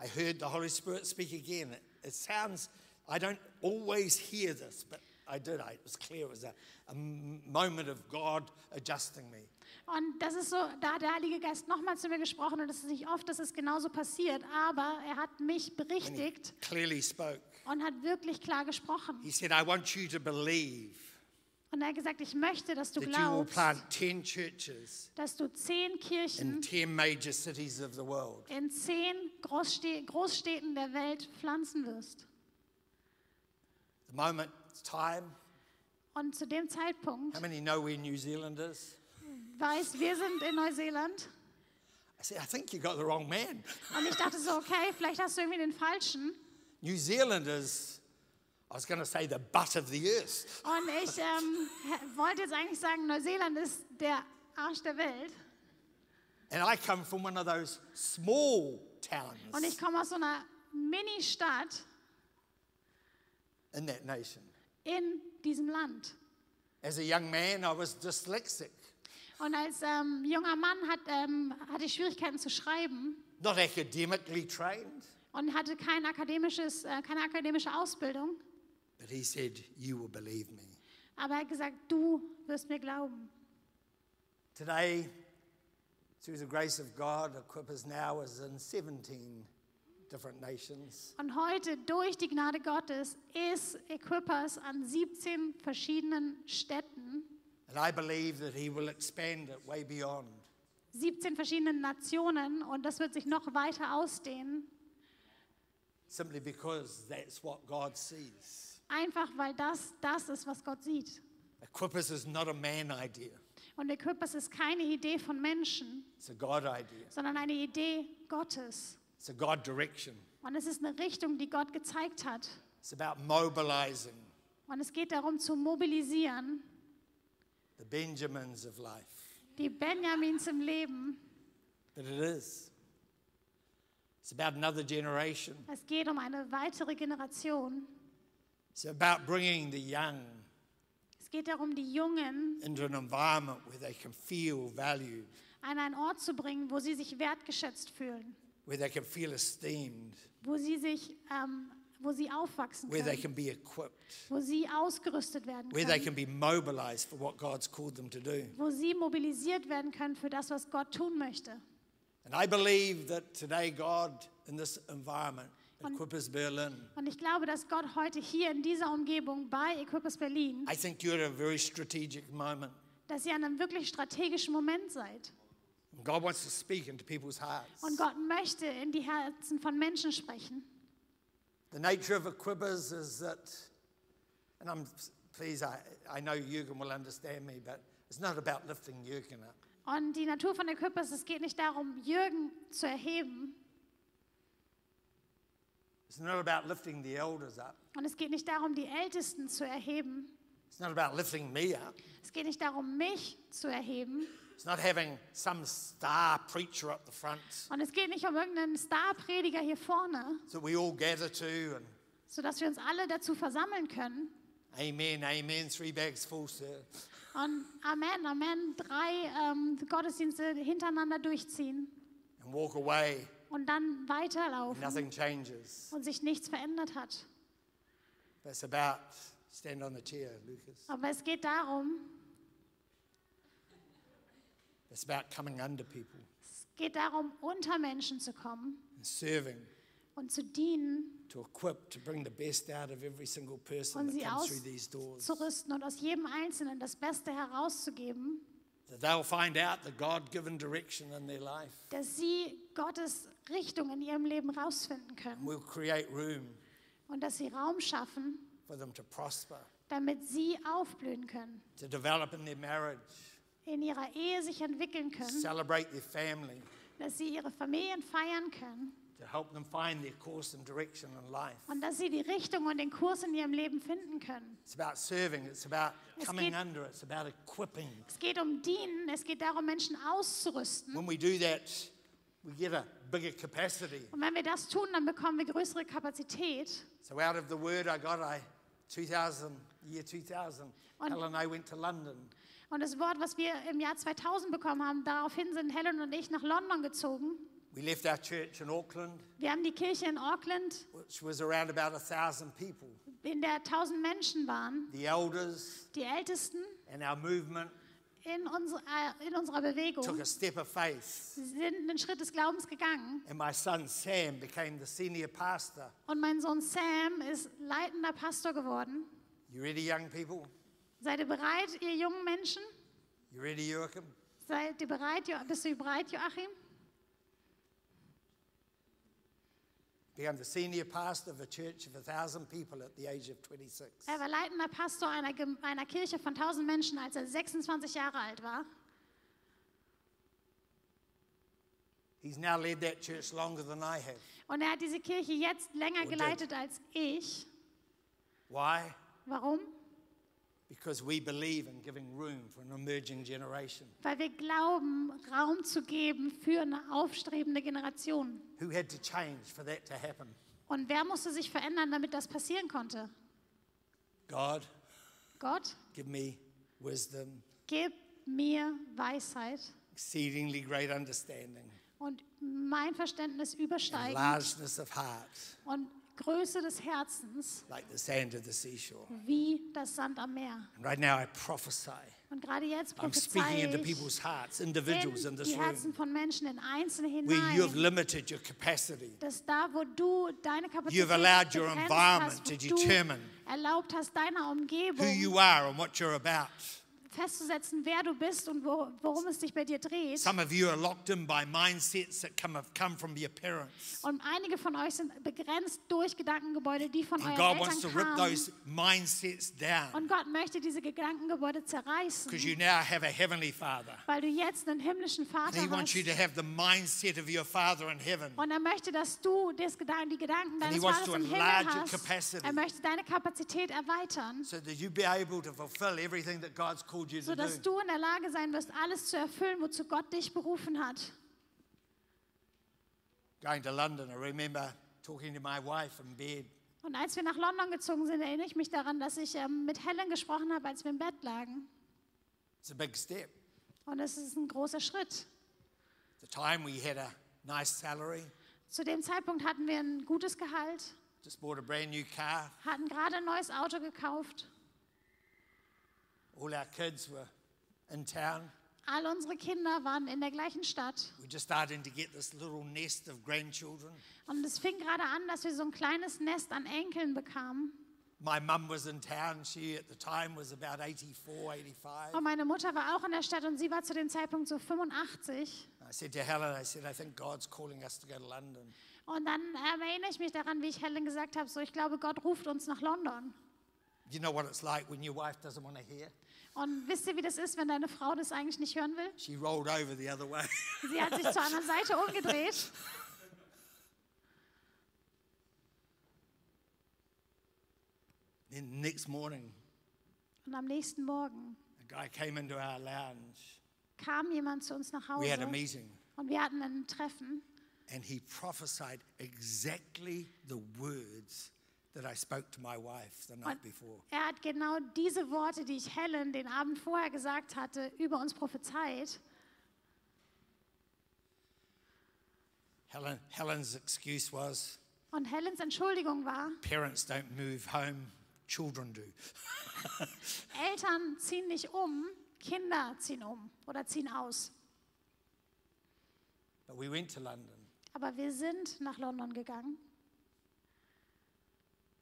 S3: I heard the Holy Spirit speak again. It, it sounds, I don't always hear this, but I did. I, it was clear. It was a, a m- moment of God adjusting me.
S4: Und das ist so, da hat der Heilige Geist nochmal zu mir gesprochen und es ist nicht oft, dass es genauso passiert, aber er hat mich
S3: And he
S4: berichtigt
S3: clearly spoke.
S4: und hat wirklich klar gesprochen.
S3: He said, I want you to believe
S4: Und er hat gesagt, ich möchte, dass du
S3: that you will
S4: glaubst,
S3: plant 10 churches
S4: dass du zehn
S3: in
S4: Kirchen
S3: 10 major cities of the world.
S4: in zehn Großste Großstädten der Welt pflanzen wirst.
S3: The moment, time.
S4: Und zu dem Zeitpunkt
S3: How many know where New Zealand is?
S4: weiß, wir sind in Neuseeland.
S3: I said, I think you got the wrong man.
S4: Und ich dachte so, okay, vielleicht hast du irgendwie den falschen.
S3: New Zealand is, I was going to say, the butt of the earth.
S4: Und ich ähm, hä- wollte jetzt eigentlich sagen, Neuseeland ist der Arsch der Welt.
S3: And I come from one of those small
S4: Und ich
S3: towns
S4: komme aus so einer Mini-Stadt
S3: in that nation.
S4: in diesem Land.
S3: As a young man, I was dyslexic.
S4: Und als ähm, junger Mann hat, ähm, hatte ich Schwierigkeiten zu schreiben
S3: Not academically trained,
S4: und hatte kein akademisches, äh, keine akademische Ausbildung.
S3: but he said, You will believe me.
S4: Aber er hat gesagt, du wirst mir glauben.
S3: Today, through the grace of God, Equippers Now is in 17 different nations.
S4: Und heute, durch die Gnade Gottes, ist Equippers an 17 verschiedenen Städten,
S3: And I believe that he will expand it way beyond.
S4: 17 verschiedenen Nationen und das wird sich noch weiter ausdehnen,
S3: Simply because that's what God sees.
S4: einfach weil das das ist, was Gott sieht.
S3: Equippers is not a man idea,
S4: Und Equippers ist keine Idee von Menschen,
S3: it's a God idea,
S4: sondern eine Idee Gottes.
S3: it's a God direction.
S4: Und es ist eine Richtung, die Gott gezeigt hat.
S3: It's about mobilizing
S4: Und es geht darum zu mobilisieren,
S3: the Benjamins of life.
S4: die Benjamins im Leben.
S3: But it is. It's about another generation.
S4: Es geht um eine weitere Generation.
S3: It's about bringing the young
S4: Es geht darum, die Jungen
S3: into an environment where they can feel valued,
S4: an einen Ort zu bringen, wo sie sich wertgeschätzt fühlen,
S3: where they can feel esteemed,
S4: wo sie sich, ähm, wo sie aufwachsen
S3: where they can
S4: können,
S3: be equipped,
S4: wo sie ausgerüstet werden
S3: where they
S4: können,
S3: can be mobilized for what God's called them to do.
S4: wo sie mobilisiert werden können für das, was Gott tun möchte.
S3: And I believe that today, God, in this environment,
S4: Und-
S3: Equippers Berlin,
S4: Und ich glaube, dass Gott heute hier in dieser Umgebung bei Equippers Berlin,
S3: I think you're at a very strategic moment.
S4: dass ihr an einem wirklich strategischen Moment seid.
S3: God wants to speak into people's hearts.
S4: Und Gott möchte in die Herzen von Menschen sprechen.
S3: The nature of equippers is that, and I'm please, I, I know Jürgen will understand me, but it's not about lifting Jürgen up.
S4: Und die Natur von Equippers, es geht nicht darum, Jürgen zu erheben,
S3: It's not about lifting the elders up.
S4: Und es geht nicht darum, die Ältesten zu erheben.
S3: It's not about lifting me up.
S4: Es geht nicht darum, mich zu erheben.
S3: It's not having some star preacher up the front
S4: Und es geht nicht um irgendeinen Starprediger hier vorne,
S3: that we all gather to and
S4: sodass wir uns alle dazu versammeln können.
S3: amen, amen, three bags full, sir.
S4: Und Amen, Amen, drei ähm, Gottesdienste hintereinander durchziehen
S3: And walk away.
S4: und dann weiterlaufen
S3: Nothing changes.
S4: und sich nichts verändert hat.
S3: That's about stand on the chair, Lucas.
S4: Aber es geht darum,
S3: It's about coming under people
S4: es geht darum, unter Menschen zu kommen
S3: and serving
S4: und zu dienen
S3: to equip to bring the best out of every single person
S4: und
S3: that
S4: sie
S3: comes through these doors.
S4: auszurüsten und aus jedem Einzelnen das Beste herauszugeben,
S3: That they'll find out the God-given direction in their life.
S4: dass sie Gottes Richtung in ihrem Leben rausfinden können
S3: We'll create room
S4: und dass sie Raum schaffen,
S3: for them to prosper,
S4: damit sie aufblühen können,
S3: to develop in their marriage,
S4: in ihrer Ehe sich entwickeln können,
S3: celebrate their family,
S4: dass sie ihre Familien feiern können.
S3: to help them find their course and direction in life.
S4: und dass sie die Richtung und den Kurs in ihrem Leben finden können.
S3: It's about serving, it's about
S4: Es
S3: coming
S4: geht-
S3: under, it's about equipping.
S4: Es geht um Dienen, es geht darum, Menschen auszurüsten.
S3: When we do that, we get a bigger capacity.
S4: Und wenn wir das tun, dann bekommen wir größere Kapazität.
S3: So out of the word I got, I 2000, year 2000,
S4: On-
S3: Helen and I went to London.
S4: Und das Wort, was wir im Jahr 2000 bekommen haben, daraufhin sind Helen und ich nach London gezogen.
S3: We left our church in Auckland,
S4: Wir haben die Kirche in Auckland,
S3: which was around about a thousand people.
S4: in der 1000 Menschen waren,
S3: The elders
S4: die Ältesten
S3: and our movement
S4: in, unsere, äh, in unserer
S3: took
S4: Bewegung.
S3: a step of faith.
S4: Sie sind einen Schritt des Glaubens gegangen.
S3: And my son Sam became the senior pastor.
S4: Und mein Sohn Sam ist leitender Pastor geworden.
S3: You ready, young people?
S4: Seid ihr bereit, ihr jungen Menschen?
S3: You ready, Joachim?
S4: Seid ihr bereit? Jo- Bist du bereit, Joachim?
S3: Became the senior pastor of a church of a thousand people at the age of 26.
S4: Er war leitender Pastor einer, Gem- einer Kirche von 1000 Menschen, als er 26 Jahre alt war.
S3: He's now led that church longer than I have.
S4: Und er hat diese Kirche jetzt länger
S3: Und
S4: geleitet als ich.
S3: Why?
S4: Warum?
S3: Because we believe in giving room for an emerging generation.
S4: Weil wir glauben, Raum zu geben für eine aufstrebende Generation.
S3: Who had to change for that to happen?
S4: Und wer musste sich verändern, damit das passieren konnte?
S3: God,
S4: Gott,
S3: give me wisdom,
S4: gib mir Weisheit
S3: exceedingly great understanding,
S4: und mein Verständnis
S3: and
S4: übersteigen
S3: largeness of heart,
S4: und Größe des Herzens
S3: like the sand of the seashore.
S4: wie das Sand am Meer.
S3: And right now I prophesy.
S4: Und gerade jetzt
S3: I'm speaking
S4: prophezeie
S3: into
S4: ich
S3: people's hearts, individuals in
S4: in
S3: this
S4: die Herzen
S3: room,
S4: von Menschen in Einzelne
S3: where you have
S4: hinein,
S3: limited your capacity.
S4: dass da, wo du deine Kapazität
S3: You've allowed your
S4: begrenzt
S3: environment
S4: hast,
S3: to
S4: wo
S3: determine
S4: du erlaubt hast, deiner
S3: Who
S4: Umgebung
S3: you are and what you're about.
S4: festzusetzen, wer du bist und wo, worum es dich bei dir dreht.
S3: Some of you are locked in by mindsets that come, have come from your parents.
S4: Und einige von euch sind begrenzt durch Gedankengebäude, die von
S3: And
S4: euren
S3: God wants to
S4: Eltern
S3: rip
S4: kamen.
S3: those mindsets down
S4: Und Gott möchte diese Gedankengebäude
S3: because
S4: zerreißen,
S3: you now have a heavenly father.
S4: weil du jetzt einen himmlischen
S3: And
S4: Vater
S3: he wants
S4: hast.
S3: you to have the mindset of your father in heaven.
S4: Und er möchte, dass du das Gedan die Gedanken
S3: he
S4: deines
S3: wants
S4: Vaters
S3: to
S4: im Himmel
S3: enlarge your
S4: hast.
S3: capacity.
S4: Er möchte deine Kapazität erweitern,
S3: So that you be able to fulfill everything that God's called you to
S4: sodass
S3: do.
S4: du in der Lage sein wirst, alles zu erfüllen, wozu Gott dich berufen hat.
S3: Going to London, I remember talking to my wife in bed.
S4: Und als wir nach London gezogen sind, erinnere ich mich daran, dass ich ähm, mit Helen gesprochen habe, als wir im Bett lagen.
S3: It's a big step.
S4: Und es ist ein großer Schritt.
S3: At the time we had a nice salary,
S4: Zu dem Zeitpunkt hatten wir ein gutes Gehalt,
S3: just bought a brand new car.
S4: hatten gerade ein neues Auto gekauft.
S3: All our kids were in town.
S4: All unsere Kinder waren in der gleichen Stadt.
S3: We're just starting to get this little nest of grandchildren.
S4: Und es fing gerade an, dass wir so ein kleines Nest an Enkeln bekamen.
S3: My mum was in town. She at the time was about 84, 85.
S4: Und meine Mutter war auch in der Stadt und sie war zu dem Zeitpunkt so 85.
S3: I said to Helen, I said, I think God's calling us to go to London.
S4: Und dann ähm, erinnere ich mich daran, wie ich Helen gesagt habe, so ich glaube, Gott ruft uns nach London.
S3: You know what it's like when your wife doesn't want to hear?
S4: Und wisst ihr, wie das ist, wenn deine Frau das eigentlich nicht hören will?
S3: She rolled over the other way.
S4: Sie hat sich zur anderen Seite umgedreht.
S3: Then the next morning,
S4: Und am nächsten Morgen
S3: a guy came into our lounge.
S4: kam jemand zu uns nach
S3: We
S4: Hause
S3: had a meeting,
S4: und wir hatten ein Treffen
S3: and he prophesied exactly the words that I spoke to my wife the night before.
S4: Er hat genau diese Worte, die ich Helen den Abend vorher gesagt hatte, über uns prophezeit.
S3: Helen, Helen's excuse was
S4: Und Helens Entschuldigung war,
S3: parents don't move home, children do.
S4: Eltern ziehen nicht um, Kinder ziehen um oder ziehen aus.
S3: But we went to London.
S4: Aber wir sind nach London gegangen.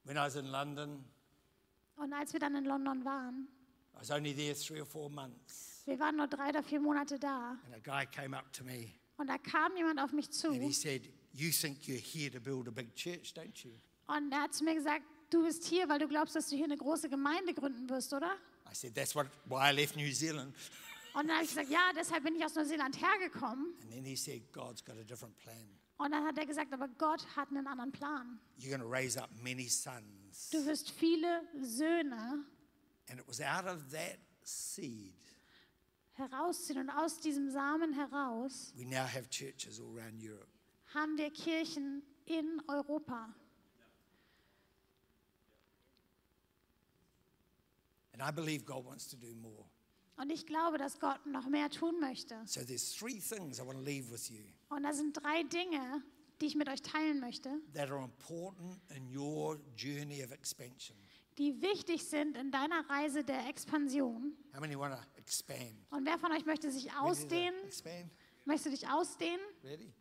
S3: When I was in London,
S4: Und als wir dann in London waren,
S3: I was only there three or four months,
S4: wir waren nur drei oder vier Monate da.
S3: and a guy came up to me
S4: Und da kam jemand auf mich zu
S3: and he said, You think you're here to build a big church, don't you?
S4: und er hat zu mir gesagt, du bist hier, weil du glaubst, dass du hier eine große Gemeinde gründen wirst, oder?
S3: I said, That's what, why I left New Zealand.
S4: Und dann habe ich gesagt, ja, deshalb bin ich aus Neuseeland hergekommen.
S3: And then he said, God's got a different plan.
S4: Und dann hat er gesagt, aber Gott hat einen anderen Plan.
S3: You're going to raise up many sons.
S4: Du wirst viele Söhne
S3: And it was out of that seed
S4: herausziehen und aus diesem Samen heraus
S3: we now have churches all around Europe.
S4: haben wir Kirchen in Europa.
S3: And I believe God wants to do more.
S4: Und ich glaube, dass Gott noch mehr tun möchte.
S3: So there's three things I want to leave with you
S4: Und da sind drei Dinge, die ich mit euch teilen möchte,
S3: that are important in your journey of expansion.
S4: die wichtig sind in deiner Reise der Expansion.
S3: How many want to expand?
S4: Und wer von euch möchte sich
S3: Ready to
S4: ausdehnen?
S3: Expand?
S4: Möchtest du dich ausdehnen?
S3: Ready?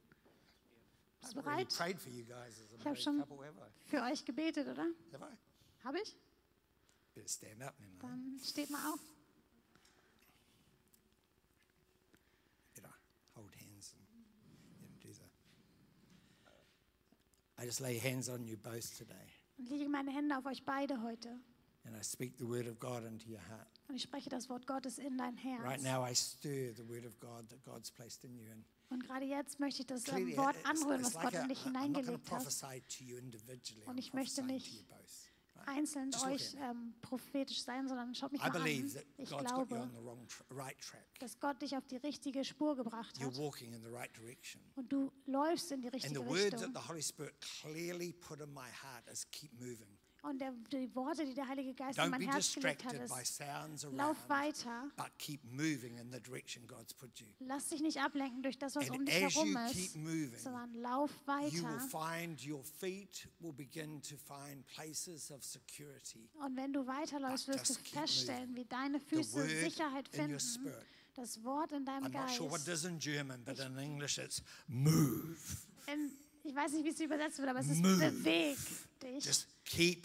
S4: Bist du
S3: I've already
S4: bereit?
S3: prayed for you guys as a
S4: Ich habe
S3: married
S4: schon
S3: couple, have I?
S4: für euch gebetet, oder?
S3: Have I?
S4: Habe ich?
S3: Better stand up then. huh?
S4: Dann steht mal auf.
S3: Better hold hands and you know, do that. I just lay hands on you both today
S4: Und lege meine Hände auf euch beide heute.
S3: and I speak the word of God into your heart.
S4: Und ich spreche das Wort Gottes in dein Herz.
S3: Right now, I stir the word of God that God's placed in you. And
S4: Und gerade jetzt möchte ich das ähm,
S3: clearly, uh,
S4: Wort
S3: it's-
S4: anrühren,
S3: it's
S4: was Gott
S3: like a-
S4: in dich
S3: I- I'm not going to
S4: hineingelegt hat.
S3: prophesy to you individually.
S4: Und
S3: I'm
S4: ich möchte
S3: prophesying
S4: nicht
S3: to you both.
S4: Einzeln
S3: Just look
S4: euch
S3: at
S4: ähm, prophetisch sein, sondern schaut mich
S3: I
S4: mal an.
S3: believe that
S4: Ich
S3: God's got you
S4: glaube,
S3: on the wrong tr right track.
S4: dass Gott dich auf die richtige Spur gebracht
S3: You're
S4: hat
S3: walking in the right direction.
S4: und du läufst in die
S3: And the
S4: richtige
S3: word that
S4: Richtung.
S3: the Holy Spirit clearly put in my heart is keep moving.
S4: Und der, die Worte, die der Heilige Geist in
S3: Don't
S4: mein
S3: be
S4: Herz gelegt hat,
S3: distracted by
S4: ist,
S3: sounds around,
S4: lauf weiter,
S3: but keep moving in the direction God's put you.
S4: lass dich nicht ablenken durch das, was um
S3: And
S4: dich
S3: as
S4: herum
S3: you keep
S4: ist,
S3: moving,
S4: sondern lauf
S3: you will
S4: weiter.
S3: find your feet will begin to find places of security.
S4: Und wenn du weiterläufst,
S3: But
S4: wirst du
S3: just keep moving.
S4: feststellen, wie deine
S3: The
S4: Füße Sicherheit
S3: word in your
S4: finden.
S3: spirit.
S4: Das Wort in deinem
S3: I'm not sure what it is
S4: Geist.
S3: in German, but in English it's move.
S4: In, Ähm, ich weiß nicht, wie es übersetzt wird, aber es ist
S3: Move.
S4: beweg dich.
S3: Just keep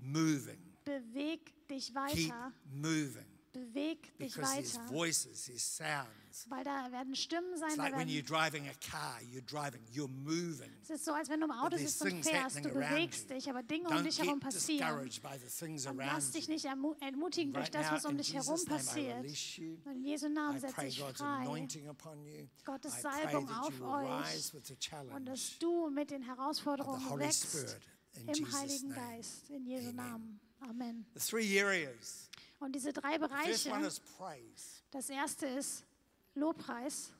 S3: moving.
S4: Beweg dich
S3: Keep
S4: weiter.
S3: moving.
S4: Beweg dich
S3: Because there's
S4: weiter.
S3: voices, there's sounds.
S4: Weil da werden Stimmen sein,
S3: It's
S4: da
S3: like when you're
S4: werden,
S3: driving a car, you're driving, you're moving.
S4: es ist so, als wenn du im Auto
S3: There's
S4: sitzt und
S3: things
S4: fährst. Du
S3: happening around
S4: bewegst
S3: you.
S4: dich, aber Dinge um
S3: Don't
S4: dich herum
S3: get
S4: passieren.
S3: discouraged by the things
S4: Und
S3: around
S4: lass dich
S3: you.
S4: nicht ermu- entmutigen durch
S3: Right
S4: das,
S3: now,
S4: was um
S3: in
S4: dich herum
S3: Jesus' name, I
S4: passiert.
S3: release you.
S4: Und in Jesu
S3: I
S4: Namen setz
S3: pray
S4: dich
S3: God's
S4: frei.
S3: anointing upon you.
S4: Gottes
S3: I pray
S4: Salbung
S3: that
S4: auf
S3: you will
S4: euch
S3: rise with the
S4: Und
S3: challenge
S4: dass du mit den
S3: of the
S4: Herausforderungen
S3: Holy
S4: wächst
S3: Spirit in
S4: im
S3: Jesus'
S4: Heiligen
S3: name.
S4: Geist, in Jesu
S3: Amen.
S4: Namen. Amen.
S3: The three areas.
S4: Und diese drei
S3: The first one
S4: Bereiche,
S3: is praise.
S4: das erste ist Lobpreis.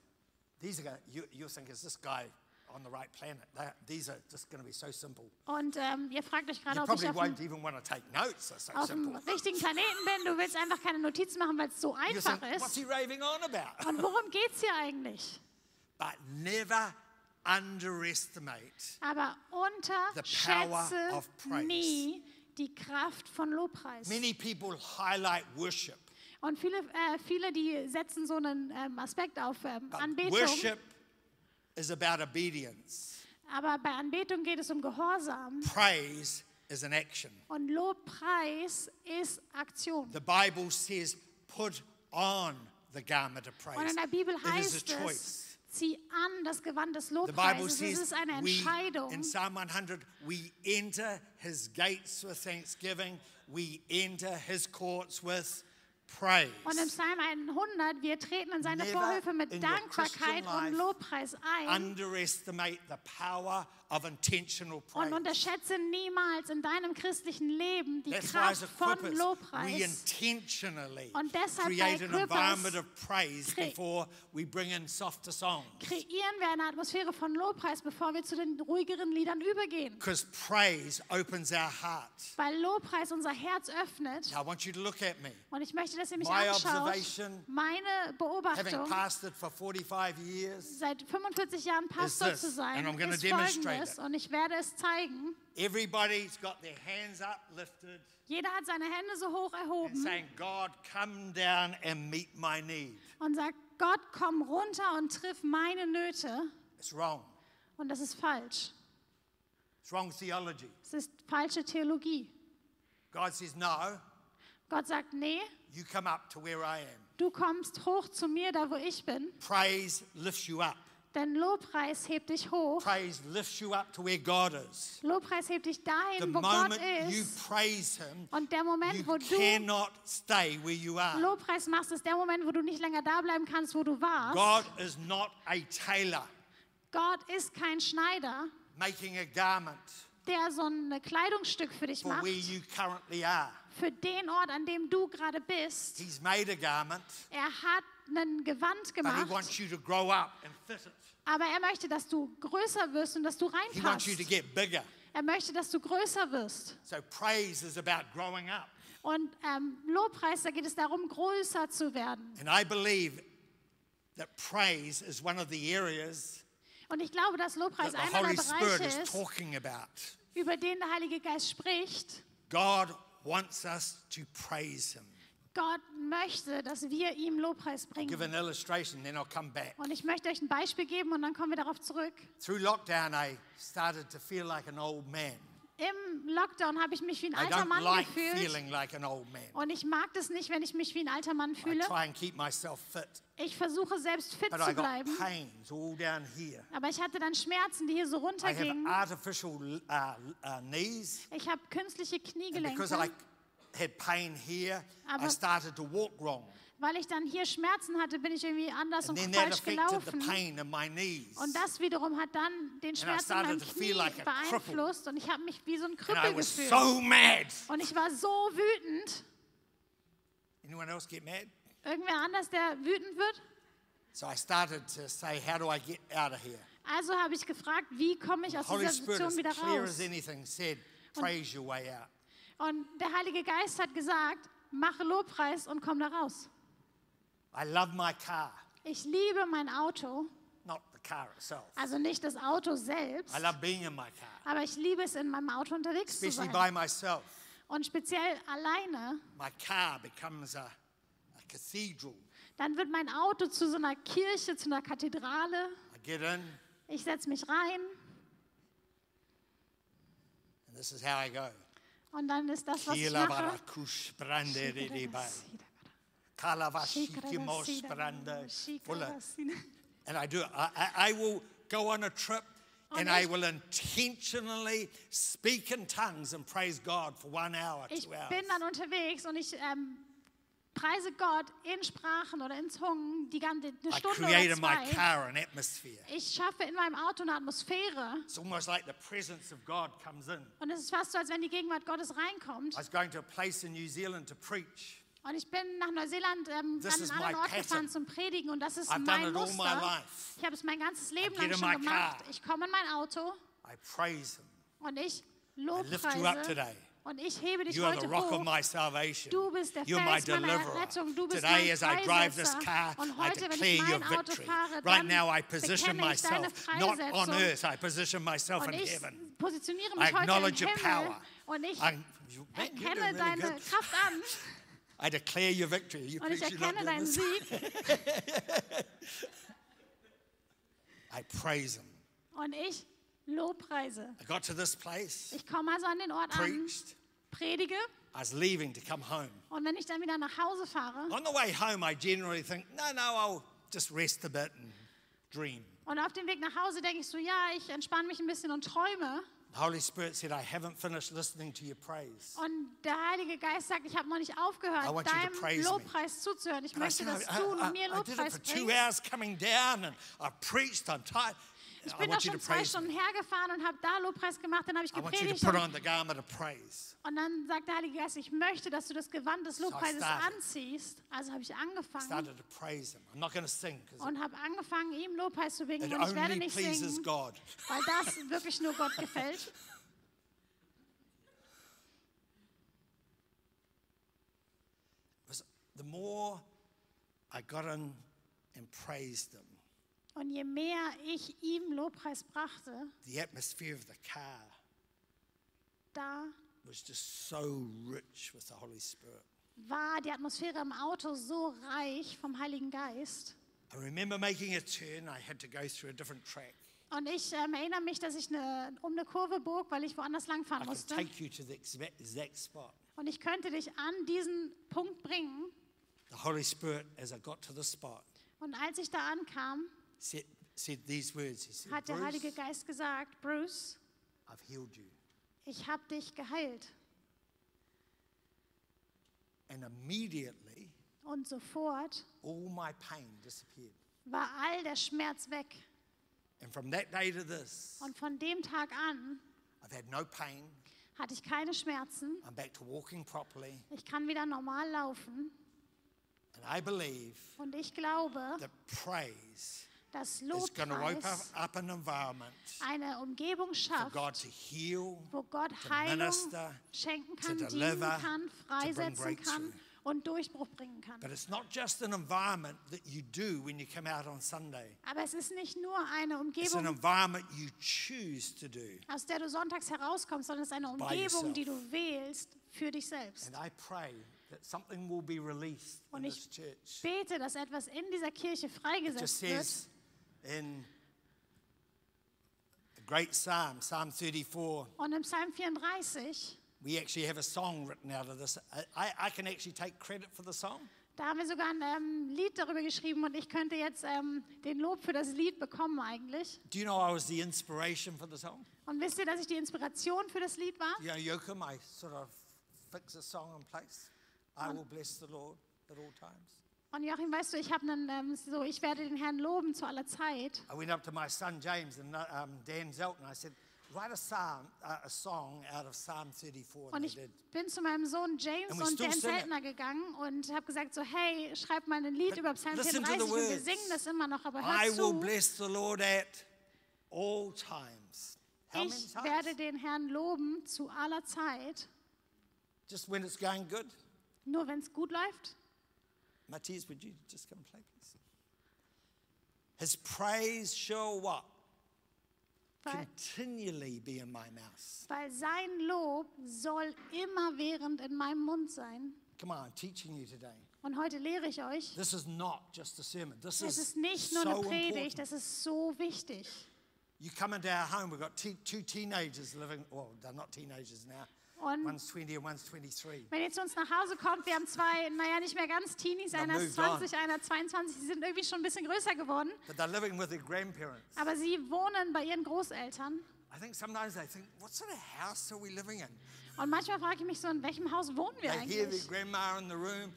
S3: These are gonna, you, you think is this guy on the right planet? That, these are just going to be so simple.
S4: Und ähm, ihr fragt euch gerade,
S3: You
S4: ob ich
S3: probably
S4: auf
S3: won't
S4: dem,
S3: even want to take notes. They're so
S4: auf dem
S3: simple.
S4: richtigen Planeten bin. Du willst einfach keine Notizen machen, weil es so
S3: You
S4: einfach
S3: think, what's
S4: ist.
S3: he raving on about?
S4: Und worum geht es hier eigentlich?
S3: But never underestimate
S4: Aber unterschätze
S3: of praise.
S4: nie die Kraft von Lobpreis.
S3: Many people highlight worship,
S4: Und viele, äh, viele die setzen so einen ähm, Aspekt auf ähm,
S3: but
S4: Anbetung.
S3: worship is about obedience.
S4: Aber bei Anbetung geht es um Gehorsam.
S3: Praise is an action.
S4: Und Lobpreis ist Aktion.
S3: The Bible says, put on the garment of praise.
S4: Und in der Bibel
S3: it is a
S4: heißt
S3: choice.
S4: es, zieh an das Gewand des
S3: The Bible
S4: Lobpreises. Es
S3: says,
S4: ist eine
S3: we, in
S4: Entscheidung.
S3: Psalm 100, we enter his gates with thanksgiving, we enter his courts with praise.
S4: Und im Psalm 100, wir treten in seine
S3: Never
S4: Vorhöfe mit
S3: in your Christian
S4: Dankbarkeit
S3: life
S4: und Lobpreis ein.
S3: Underestimate the power of intentional praise.
S4: Und unterschätze niemals in deinem christlichen Leben die
S3: That's why as
S4: Kraft von
S3: equippers, we
S4: Lobpreis.
S3: intentionally
S4: Und deshalb bei
S3: create an
S4: Equippers
S3: environment of praise
S4: kre-
S3: before we bring in softer songs.
S4: Kreieren wir eine Atmosphäre von Lobpreis, bevor wir zu den ruhigeren Liedern übergehen.
S3: Because praise opens our hearts.
S4: Weil Lobpreis unser Herz öffnet.
S3: Now I want you to look at me.
S4: Und ich möchte, dass ihr mich
S3: My
S4: anschaut.
S3: observation,
S4: Meine
S3: Having
S4: Beobachtung,
S3: pastored for 45 years,
S4: seit 45 Jahren Pastor
S3: this,
S4: zu sein,
S3: and I'm gonna
S4: ist
S3: demonstrate it.
S4: folgendes. Und ich werde es zeigen.
S3: everybody's got their hands uplifted
S4: Jeder hat seine Hände so hoch
S3: and
S4: erhoben
S3: saying, God, come down and meet my need.
S4: und sagt, Gott, komm runter und triff meine Nöte.
S3: It's wrong.
S4: Und das ist falsch.
S3: It's wrong theology.
S4: Es ist falsche Theologie.
S3: God says, no,
S4: Gott sagt, nee,
S3: you come up to where I am.
S4: du kommst hoch zu mir, da wo ich bin.
S3: Praise lifts you up.
S4: Denn Lobpreis hebt dich hoch.
S3: Praise lifts you up to where God is.
S4: Lobpreis hebt dich
S3: The
S4: dahin, wo Gott
S3: moment you
S4: ist.
S3: praise Him,
S4: Und der Moment, wo
S3: you
S4: du
S3: cannot stay where you are.
S4: Lobpreis machst, ist der Moment, wo du nicht länger da bleiben kannst, wo du warst.
S3: God is not a tailor
S4: Gott ist kein Schneider,
S3: making a garment
S4: der so ein Kleidungsstück für dich
S3: for
S4: macht,
S3: where you currently are.
S4: für den Ort, an dem du gerade bist.
S3: He's made a garment,
S4: Er hat ein Gewand
S3: but He
S4: gemacht,
S3: wants you to grow up and fit it.
S4: aber er möchte, dass du größer wirst und dass du
S3: He wants you to
S4: reinpasst.
S3: get bigger.
S4: Er möchte, dass du größer wirst.
S3: So praise is about growing up.
S4: Und ähm, Lobpreis, da geht es darum, größer zu werden.
S3: And I believe that praise is one of the areas
S4: Und ich glaube, dass
S3: that
S4: Lobpreis
S3: the
S4: einer
S3: Holy
S4: der
S3: Spirit
S4: Bereiche
S3: is
S4: ist,
S3: talking about.
S4: über den der Heilige Geist spricht.
S3: God wants us to praise Him.
S4: Gott möchte, dass wir ihm Lobpreis
S3: Give
S4: bringen.
S3: an illustration, then I'll come back.
S4: Und ich möchte euch ein Beispiel geben und dann kommen wir darauf zurück.
S3: Through lockdown, I started to feel like an old man.
S4: Im Lockdown habe ich mich wie ein
S3: I
S4: alter
S3: don't
S4: Mann
S3: like
S4: gefühlt.
S3: feeling like an old man.
S4: Und ich mag das nicht, wenn ich mich wie ein alter Mann
S3: I
S4: fühle.
S3: try and keep myself fit,
S4: Ich versuche selbst fit
S3: but I
S4: zu
S3: got
S4: bleiben.
S3: pains all down here.
S4: Aber ich hatte dann Schmerzen, die hier so
S3: I have
S4: runtergingen.
S3: artificial uh, uh, knees,
S4: Ich habe künstliche
S3: and because I
S4: Kniegelenke.
S3: had pain here, I
S4: Aber-
S3: started to walk wrong.
S4: Weil ich dann hier Schmerzen hatte, bin ich irgendwie anders
S3: And
S4: und
S3: then that
S4: falsch
S3: affected the
S4: gelaufen.
S3: pain in my knees.
S4: Und das wiederum hat dann den Schmerz in
S3: started
S4: meinem
S3: to
S4: Knie
S3: feel like a cripple.
S4: beeinflusst und ich habe mich wie so ein
S3: And I
S4: Krüppel
S3: was
S4: gefühlt.
S3: so mad.
S4: und ich war so wütend.
S3: Anyone else get mad?
S4: Irgendwer anders, der wütend wird?
S3: So I started to say, How do I get out of here?
S4: Also habe ich gefragt, wie komme ich aus
S3: Holy
S4: dieser
S3: Spirit,
S4: Situation
S3: as
S4: wieder
S3: clear
S4: raus?
S3: as anything, said, Praise your way out.
S4: Und der Heilige Geist hat gesagt, mache Lobpreis und komm da raus.
S3: I love my car,
S4: Ich liebe mein Auto,
S3: not the car itself.
S4: also nicht das Auto selbst,
S3: I love being in my car,
S4: aber ich liebe es, in meinem Auto unterwegs zu
S3: especially
S4: sein.
S3: by myself.
S4: Und speziell alleine,
S3: My car becomes a, a cathedral.
S4: dann wird mein Auto zu so einer Kirche, zu einer Kathedrale.
S3: I get in, and
S4: Ich setze mich rein
S3: this is how I go.
S4: und dann ist das, was ich mache.
S3: Kielabarakush branderedibai, kalavashikimos brande- full of- And I do it. I, I, I will go on a trip and I
S4: ich-
S3: will intentionally speak in tongues and praise God for one hour,
S4: Ich
S3: two hours.
S4: bin dann unterwegs und ich ähm, preise Gott in Sprachen oder in Zungen die ganze eine
S3: I
S4: Stunde
S3: create
S4: oder
S3: in my
S4: zwei.
S3: car an atmosphere.
S4: Ich schaffe in meinem Auto eine Atmosphäre
S3: It's almost like the presence of God comes in.
S4: und es ist fast so, als wenn die Gegenwart Gottes reinkommt.
S3: I was going to a place in New Zealand to preach.
S4: Und ich bin nach Neuseeland ähm,
S3: This
S4: an
S3: is
S4: einen anderen
S3: my
S4: Ort
S3: pattern.
S4: gefahren zum Predigen und das ist
S3: I've done
S4: mein
S3: it all my
S4: Muster.
S3: life.
S4: Ich habe es mein ganzes Leben
S3: I get
S4: lang
S3: in
S4: schon
S3: my
S4: gemacht.
S3: car.
S4: Ich komme in mein Auto
S3: I praise Him.
S4: und ich
S3: lift you up
S4: lobpreise
S3: today.
S4: und ich hebe dich
S3: You are the
S4: heute
S3: rock of
S4: hoch.
S3: my salvation.
S4: Du bist der
S3: You're my
S4: Fels meiner
S3: deliverer.
S4: Errettung. Du bist
S3: Today,
S4: mein
S3: as I drive this
S4: Freisetzer.
S3: car,
S4: Und
S3: I
S4: heute, wenn ich
S3: declare your
S4: mein Auto
S3: victory.
S4: fahre,
S3: right
S4: dann
S3: now, I position
S4: bekenne ich deine
S3: myself not on
S4: Freisetzung.
S3: earth. I position myself
S4: Und
S3: in
S4: ich
S3: heaven.
S4: positioniere
S3: I
S4: mich heute im
S3: acknowledge your
S4: Himmel
S3: power.
S4: und ich
S3: I, you, man, you're
S4: erkenne
S3: doing really
S4: deine
S3: good.
S4: Kraft an
S3: I declare your victory. You
S4: und ich
S3: preach, you're not
S4: erkenne
S3: doing
S4: deinen
S3: this.
S4: Sieg
S3: I praise Him.
S4: und ich lobpreise.
S3: I got to this place,
S4: Ich komme also an den Ort an,
S3: preached.
S4: predige
S3: I was leaving to come home.
S4: und wenn ich dann wieder nach Hause fahre
S3: On the way home, I generally think, no, no, I'll just rest a bit and dream.
S4: und auf dem Weg nach Hause denke ich so, ja, ich entspanne mich ein bisschen und träume
S3: The Holy Spirit said, I haven't finished listening to your praise.
S4: und der Heilige Geist sagt, ich habe noch nicht
S3: I
S4: aufgehört,
S3: want you to praise
S4: deinem
S3: me.
S4: Lobpreis zuzuhören. Ich
S3: And I
S4: möchte,
S3: said,
S4: dass
S3: I,
S4: du
S3: I- I
S4: mir
S3: did it for
S4: Lobpreis
S3: two
S4: bringst.
S3: hours coming down and I preached, I'm tired.
S4: Ich
S3: I
S4: bin doch
S3: want you
S4: schon
S3: to
S4: zwei
S3: praise
S4: Stunden hergefahren und habe da Lobpreis gemacht, dann habe ich
S3: I want you
S4: gepredigt.
S3: to put
S4: Und,
S3: on the garment of praise.
S4: und dann sagt der Heilige Geist, ich möchte, dass du das Gewand des Lobpreises
S3: started.
S4: anziehst. Also habe ich angefangen
S3: Started to praise him. I'm not going to sing because
S4: und habe angefangen, ihm Lobpreis zu
S3: it
S4: bringen. Und ich werde
S3: only
S4: nicht
S3: pleases
S4: singen,
S3: God.
S4: weil das wirklich nur Gott gefällt.
S3: was the more I got in and praised them,
S4: Und je mehr ich ihm Lobpreis brachte,
S3: the atmosphere of the car
S4: da
S3: was just so rich with the Holy Spirit.
S4: war die Atmosphäre im Auto so reich vom Heiligen Geist.
S3: I remember making a turn, I had to go through a different track.
S4: Und ich ähm, erinnere mich, dass ich eine, um eine Kurve bog, weil ich woanders
S3: I
S4: langfahren
S3: can
S4: musste.
S3: take you to the exact, exact spot.
S4: Und ich könnte dich an diesen Punkt bringen.
S3: The Holy Spirit, as I got to the spot,
S4: Und als ich da ankam,
S3: said, said these words. He said,
S4: hat der
S3: Bruce,
S4: Heilige Geist gesagt, Bruce,
S3: I've healed you.
S4: ich habe dich geheilt.
S3: And immediately,
S4: Und sofort
S3: all my pain disappeared.
S4: war all der Schmerz weg.
S3: And from that day to this,
S4: Und von dem Tag an
S3: I've had no pain.
S4: hatte ich keine Schmerzen.
S3: I'm back to walking properly.
S4: Ich kann wieder normal laufen.
S3: And I believe
S4: Und ich glaube,
S3: that praise
S4: dass
S3: is going to open
S4: Lobpreis
S3: up an environment
S4: eine Umgebung
S3: for God
S4: schafft,
S3: to heal,
S4: wo Gott
S3: to
S4: Heilung
S3: minister,
S4: schenken
S3: to
S4: kann, dienen
S3: deliver,
S4: kann,
S3: to bring
S4: freisetzen kann
S3: breakthrough.
S4: und Durchbruch bringen kann.
S3: But it's not just an environment that you do when you come out on Sunday.
S4: Aber es ist nicht nur eine
S3: It's an
S4: Umgebung,
S3: environment you choose to do.
S4: aus der du sonntags herauskommst, sondern es ist eine
S3: By
S4: Umgebung, die
S3: yourself.
S4: du wählst für dich selbst.
S3: And I pray that something will be released in
S4: Und ich
S3: this church.
S4: Bete, dass etwas in dieser Kirche
S3: It just
S4: freigesetzt wird.
S3: says in a great psalm, Psalm 34,
S4: Und im Psalm 34,
S3: we actually have a song written out of this. I- I, I can actually take credit for the song.
S4: da haben wir sogar ein ähm, Lied darüber geschrieben und ich könnte jetzt ähm, den Lob für das Lied bekommen eigentlich.
S3: Do you know I was the inspiration for the song?
S4: Und wisst ihr, dass ich die Inspiration für das Lied war?
S3: You know, Joachim, I sort of fix a song in place. I will bless the Lord at all times.
S4: Und Joachim, weißt du, ich habe einen, ähm, so, ich werde den Herrn loben zu aller Zeit.
S3: I went up to my son James and uh, um, Dan Zelton. I said, write a psalm, uh, a song out of Psalm 34.
S4: Und
S3: And they
S4: ich
S3: did.
S4: bin zu meinem Sohn James
S3: And we
S4: und
S3: still
S4: Dan
S3: sing it.
S4: Zeltner gegangen und habe gesagt so, hey, schreib mal ein Lied
S3: But
S4: über Psalm
S3: listen to the
S4: 34 und wir
S3: words.
S4: singen das immer noch, aber
S3: I
S4: hör
S3: will
S4: zu,
S3: bless the Lord at all times. How many
S4: ich werde
S3: times?
S4: den Herrn loben zu aller Zeit,
S3: Just when it's going good.
S4: nur wenn es gut läuft.
S3: Matthias, would you just come play, please? His praise shall what?
S4: Weil,
S3: Continually be in my mouth.
S4: weil sein Lob soll immerwährend in meinem Mund sein.
S3: Come on, I'm teaching you today.
S4: Und heute lehre ich euch,
S3: This is not just a sermon. This
S4: es
S3: is
S4: ist nicht nur eine
S3: so important.
S4: Predigt, es ist so wichtig.
S3: You come into our home, we've got te- two teenagers living, well, they're not teenagers now.
S4: Und-
S3: one's 20 and one's 23.
S4: Wenn ihr zu uns nach Hause kommt, wir haben zwei, naja, nicht mehr ganz Teenies,
S3: Dann
S4: einer ist
S3: moved on.
S4: 20, einer 22, die sind irgendwie schon ein bisschen größer geworden,
S3: But they're living with their grandparents.
S4: aber sie wohnen bei ihren Großeltern.
S3: I think sometimes they think, what sort of house are we living in?
S4: Und manchmal frage ich mich so, in welchem Haus wohnen wir
S3: They hear their
S4: eigentlich?
S3: grandma in the room.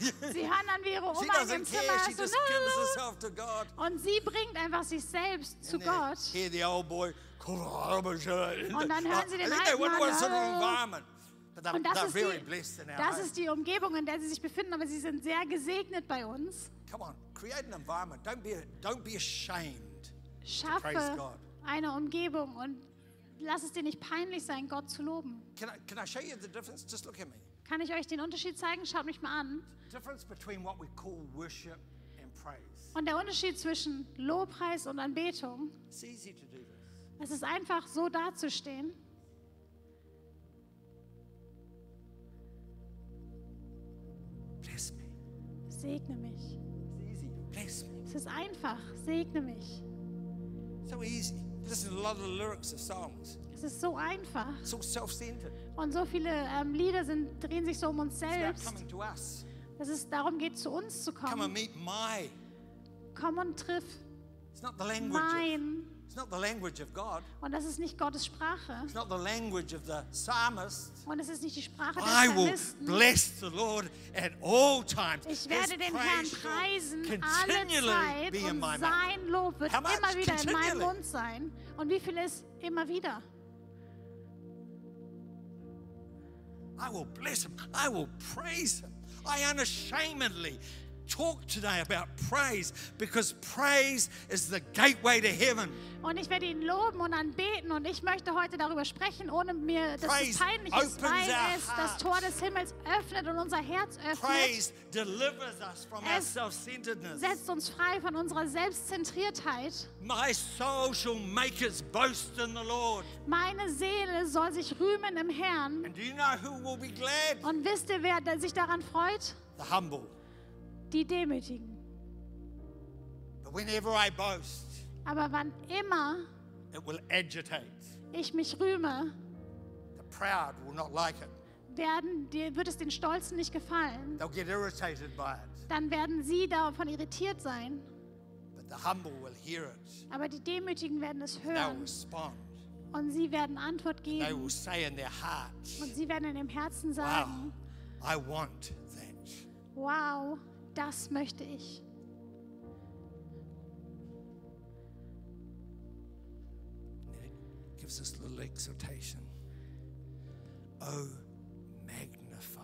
S4: Sie hören dann, wie
S3: she
S4: ihre Oma in ihrem
S3: doesn't care,
S4: Zimmer
S3: she
S4: ist und,
S3: just gives herself to God.
S4: und sie bringt einfach sich selbst zu
S3: And they
S4: Gott.
S3: Hear the old boy. Und
S4: dann hören sie den
S3: I think they
S4: alten
S3: want
S4: Mann,
S3: one sort of
S4: "Oh."
S3: environment. But they're,
S4: Und das
S3: they're
S4: ist,
S3: very
S4: die,
S3: blessed in our
S4: das
S3: home.
S4: ist die Umgebung, in der sie sich befinden, aber sie sind sehr gesegnet bei uns.
S3: Come on, create an environment. Don't be, don't be ashamed. praise
S4: Schaffe
S3: God.
S4: eine Umgebung und lass es dir nicht peinlich sein, Gott zu loben.
S3: Can I, can I show you the difference? Just look at me.
S4: Kann ich euch den Unterschied zeigen? Schaut mich mal an.
S3: Difference between what we call worship and praise.
S4: Und der Unterschied zwischen Lobpreis und Anbetung,
S3: It's easy to do this.
S4: es ist einfach so dazustehen.
S3: Bless me.
S4: Segne mich.
S3: It's easy. Bless me.
S4: Es ist einfach. Segne mich.
S3: So easy. Listen to a lot of the lyrics of songs.
S4: Es ist so einfach.
S3: It's all self-centered.
S4: Und so viele ähm, Lieder sind, drehen sich so um uns
S3: It's about
S4: selbst,
S3: coming to us.
S4: dass es darum geht, zu uns zu
S3: Come and
S4: kommen.
S3: meet my.
S4: Komm und triff
S3: It's not the language. of-
S4: mein.
S3: It's It's not the language of God.
S4: Und das ist nicht Gottes Sprache.
S3: It's not the language of the psalmist.
S4: Und es ist nicht die Sprache des
S3: I will
S4: Psalmisten.
S3: bless the Lord at all times.
S4: Ich werde
S3: His
S4: den Herrn
S3: praise shall
S4: preisen alle
S3: continually
S4: Zeit
S3: be in
S4: und
S3: my mouth.
S4: sein Lob wird
S3: How much?
S4: immer wieder in meinem
S3: Continually.
S4: Mund sein. Und wie viel ist immer wieder?
S3: I will bless him. I will praise him. I unashamedly talk today about praise because praise is the gateway to heaven.
S4: Und ich werde ihn loben und anbeten und ich möchte heute darüber sprechen, ohne mir, dass
S3: Praise
S4: es peinlich ist,
S3: opens
S4: weil
S3: our
S4: es das
S3: hearts.
S4: Tor des Himmels öffnet und unser Herz öffnet,
S3: Praise delivers us from our
S4: Es
S3: self centeredness.
S4: setzt uns frei von unserer Selbstzentriertheit.
S3: My soul shall make its boast in the Lord.
S4: Meine Seele soll sich rühmen im Herrn.
S3: And do you know who will be glad?
S4: Und wisst ihr, wer da- sich daran freut?
S3: The humble.
S4: Die Demütigen.
S3: But whenever I boast,
S4: Aber wann immer
S3: it will agitate.
S4: ich mich rühme,
S3: The proud will not like it,
S4: werden, dir wird es den Stolzen nicht gefallen.
S3: they'll get irritated by it.
S4: Dann werden sie davon irritiert sein.
S3: But the humble will hear it,
S4: Aber die Demütigen werden es
S3: they'll
S4: hören
S3: respond.
S4: und sie werden Antwort
S3: They
S4: geben.
S3: will say in their hearts,
S4: Und sie werden in dem Herzen
S3: Wow,
S4: sagen,
S3: I want that.
S4: wow, das möchte ich.
S3: And it gives this little exhortation. Oh, magnify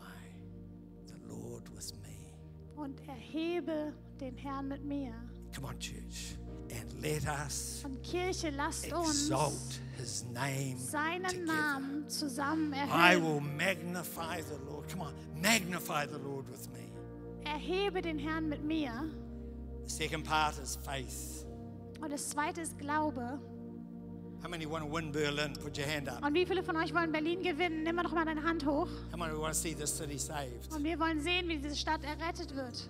S3: the Lord with me.
S4: Und erhebe den Herrn mit mir.
S3: Come on, church, and let us
S4: Und Kirche, lasst uns
S3: exalt his name
S4: seinen
S3: together.
S4: Namen zusammen
S3: I
S4: erheben.
S3: will magnify the Lord. Come on, magnify the Lord with me.
S4: Erhebe den Herrn mit mir.
S3: The second part is faith.
S4: Und das zweite ist Glaube.
S3: How many want to win Berlin? Put your hand up.
S4: Und wie viele von euch wollen Berlin gewinnen? Nimm mal noch mal deine Hand hoch.
S3: How many want to see this city saved?
S4: Und wir wollen sehen, wie diese Stadt errettet wird.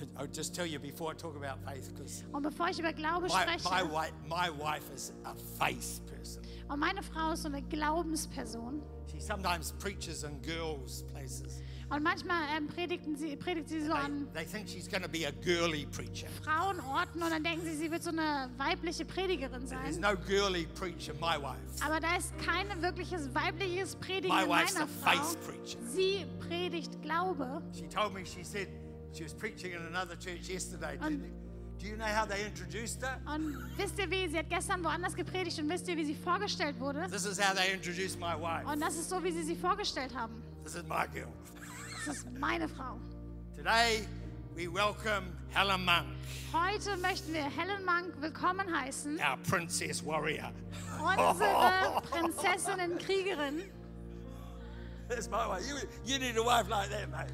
S3: I- I'll just tell you before I talk about faith, because
S4: Und bevor ich über Glaube
S3: my, my,
S4: spreche,
S3: wife, my wife is a faith person.
S4: und meine Frau ist so eine Glaubensperson.
S3: She sometimes preaches in girls' places.
S4: Und manchmal ähm, predigten sie, predigt sie so
S3: They,
S4: an
S3: they think she's going to be a girly preacher.
S4: Frauenorten und dann denken sie, sie wird so eine weibliche Predigerin
S3: There's
S4: sein.
S3: no girly preacher, my wife.
S4: Aber da ist kein wirkliches weibliches Predigen
S3: My
S4: in
S3: wife's
S4: meiner
S3: a
S4: Frau.
S3: faith preacher.
S4: Sie predigt Glaube.
S3: She told me, she said, she was preaching in another church yesterday. Didn't you? Do you know how they introduced her?
S4: Und wisst ihr wie? Sie hat gestern woanders gepredigt und wisst ihr, wie sie vorgestellt wurde?
S3: This is how they introduced my wife.
S4: Und das ist so, wie sie sie vorgestellt haben.
S3: This is my girl.
S4: Das ist meine Frau.
S3: Today, we welcome Helen Monk,
S4: Heute möchten wir Helen Monk willkommen heißen.
S3: our princess warrior.
S4: Unsere Prinzessin und Kriegerin.
S3: That's my wife. You, you need a wife like that, mate.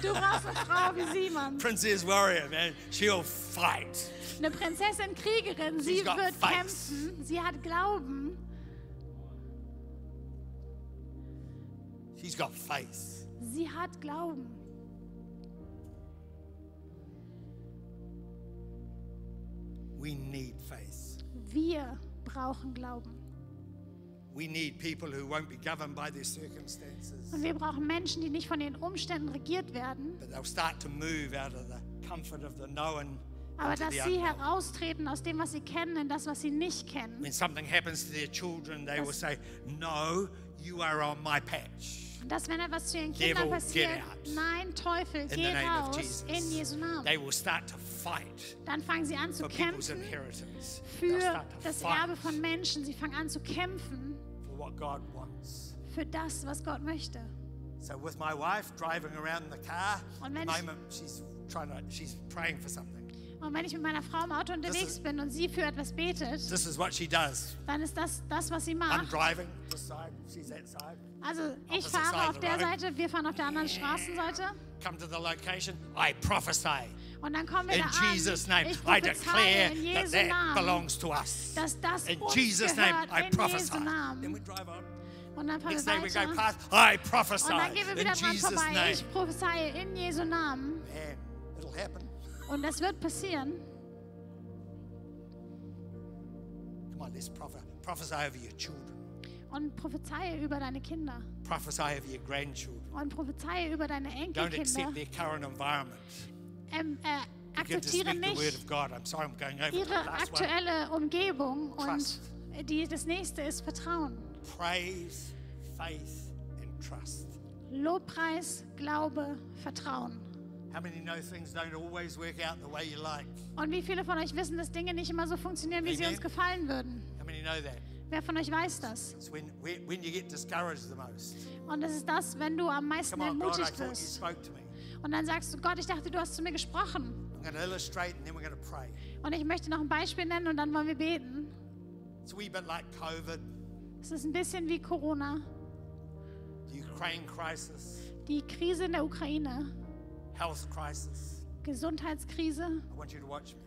S4: Du brauchst eine Frau wie sie, Mann.
S3: Princess warrior, man. She'll fight.
S4: Eine Prinzessin Kriegerin. Sie
S3: She's got
S4: wird
S3: fight.
S4: kämpfen. Sie hat Glauben.
S3: She's got faith.
S4: Sie hat Glauben.
S3: We need faith.
S4: Wir brauchen Glauben.
S3: We need people who won't be governed by their circumstances,
S4: Und wir brauchen Menschen, die nicht von den Umständen regiert werden,
S3: but they'll start to move out of the comfort of the known.
S4: aber
S3: into
S4: dass
S3: the
S4: sie
S3: unknown.
S4: heraustreten aus dem, was sie kennen, in das, was sie nicht kennen.
S3: When something happens to their children, they will say, No, you are on my patch.
S4: Und dass, wenn etwas zu ihren
S3: Devil,
S4: Kindern
S3: get
S4: passiert,
S3: out.
S4: nein, Teufel,
S3: In the
S4: geh
S3: name of
S4: raus in
S3: Jesus.
S4: Jesu Namen.
S3: They will start to fight
S4: Dann fangen sie an zu
S3: for people's
S4: kämpfen
S3: inheritance. They'll
S4: für
S3: start to
S4: das
S3: fight
S4: Erbe von Menschen. Sie fangen an zu kämpfen
S3: for what God wants.
S4: für das, was Gott möchte.
S3: So with my wife driving around in the car,
S4: Und
S3: at the
S4: wenn ich-
S3: moment she's trying to she's praying for something.
S4: Und wenn ich mit meiner Frau im Auto unterwegs
S3: ist-
S4: bin und sie für etwas betet,
S3: This is what she does.
S4: dann ist das das, was sie
S3: I'm
S4: macht.
S3: driving this side, she's that side.
S4: Also ich
S3: Opposite side
S4: fahre
S3: of
S4: auf
S3: the
S4: der
S3: road.
S4: Seite, wir fahren auf der anderen Straßenseite
S3: Come to the location, I prophesy
S4: und dann kommen wir
S3: in
S4: da an.
S3: Jesus' name.
S4: Ich
S3: I
S4: prophezeie
S3: declare
S4: uh, in
S3: that
S4: Jesu
S3: that
S4: Namen,
S3: belongs to us.
S4: dass das
S3: In
S4: uns
S3: Jesus' name,
S4: gehört,
S3: I
S4: in
S3: prophesy.
S4: Jesu
S3: Then
S4: Namen.
S3: we drive on.
S4: Und dann fahren
S3: Next
S4: wir
S3: day we go
S4: weiter
S3: past. I
S4: und
S3: prophesy
S4: dann gehen wir
S3: in
S4: wieder dran
S3: Jesus'
S4: vorbei.
S3: name.
S4: Ich prophezeie in Jesu Namen
S3: Man, it'll happen.
S4: und das wird passieren.
S3: Come on, let's prophe- prophesy over your children.
S4: Und prophezeie über deine Kinder
S3: Prophesy over your grandchildren.
S4: und prophezeie über deine
S3: Don't accept
S4: Enkelkinder.
S3: their current environment.
S4: Ähm, äh,
S3: You get to
S4: Akzeptiere
S3: speak the word
S4: nicht
S3: of God. I'm sorry, I'm going over to the
S4: ihre
S3: last one.
S4: aktuelle Umgebung und
S3: Trust.
S4: die, das nächste ist Vertrauen.
S3: Praise, faith, and trust.
S4: Lobpreis, Glaube, Vertrauen.
S3: How many know things don't always work out the way you like?
S4: Und wie viele von euch wissen, dass Dinge nicht immer so funktionieren, wie sie
S3: Amen.
S4: uns gefallen würden?
S3: How many know that?
S4: Wer von euch weiß das?
S3: It's when, when when you get discouraged the most.
S4: Und es ist das, wenn du am meisten
S3: Come on, God, I
S4: entmutigt
S3: thought you
S4: wirst.
S3: spoke to me.
S4: Und dann sagst du, Gott, ich dachte, du hast zu mir gesprochen.
S3: I'm going to illustrate and then we're going to pray.
S4: Und ich möchte noch ein Beispiel nennen und dann wollen wir beten.
S3: It's a wee bit like COVID,
S4: Es ist ein bisschen wie Corona,
S3: the Ukraine crisis,
S4: die Krise in der Ukraine,
S3: health crisis.
S4: Gesundheitskrise.
S3: I want you to watch me.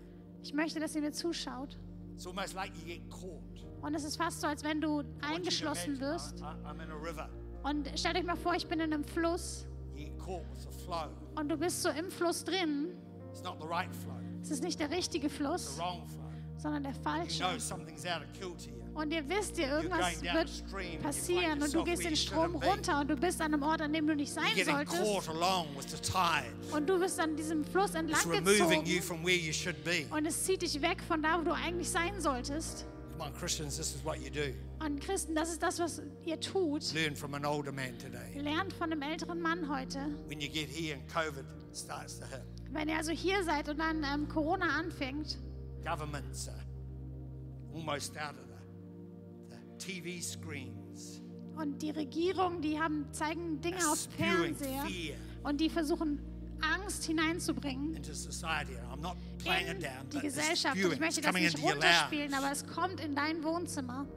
S4: Ich möchte, dass ihr mir zuschaut.
S3: It's almost like you get caught.
S4: Und es ist fast so, als wenn du
S3: I want you to
S4: eingeschlossen
S3: imagine, I-
S4: wirst.
S3: I- I'm in a river.
S4: Und stellt euch mal vor, ich bin in einem Fluss
S3: You get caught with the flow.
S4: und du bist so im Fluss drin.
S3: It's not the right flow,
S4: Es ist nicht der richtige
S3: the
S4: Fluss,
S3: wrong flow.
S4: sondern der
S3: You
S4: falsche.
S3: know something's out of kilter here.
S4: Und ihr wisst ihr,
S3: You're
S4: irgendwas
S3: going down the
S4: wird
S3: stream. and you find
S4: passieren und du
S3: yourself
S4: gehst
S3: where
S4: den
S3: you
S4: Strom
S3: shouldn't be.
S4: runter und du bist an einem Ort, an dem du nicht sein
S3: You're getting
S4: solltest.
S3: caught along with the tide.
S4: Und du bist an diesem Fluss
S3: It's removing you
S4: entlanggezogen
S3: from where you should be.
S4: und es zieht dich weg von da, wo du eigentlich sein solltest.
S3: Come on, Christians, this is what you do.
S4: Und Christen, das ist das, was ihr tut.
S3: Learn from an older man today.
S4: Lernt von einem älteren Mann heute.
S3: When you get here and COVID starts to hit,
S4: Wenn ihr also hier seid und dann ähm, Corona anfängt,
S3: governments are almost out of the, the TV screens.
S4: Und die Regierung, die haben, zeigen Dinge
S3: They're
S4: auf
S3: spewing
S4: Fernseher
S3: fear
S4: und die versuchen Angst hineinzubringen
S3: into society. And I'm not playing it
S4: in
S3: down,
S4: die
S3: but it's
S4: Gesellschaft.
S3: spewing.
S4: Und ich
S3: It's
S4: möchte das
S3: coming
S4: nicht
S3: into your lab.
S4: runterspielen, aber es kommt in dein Wohnzimmer.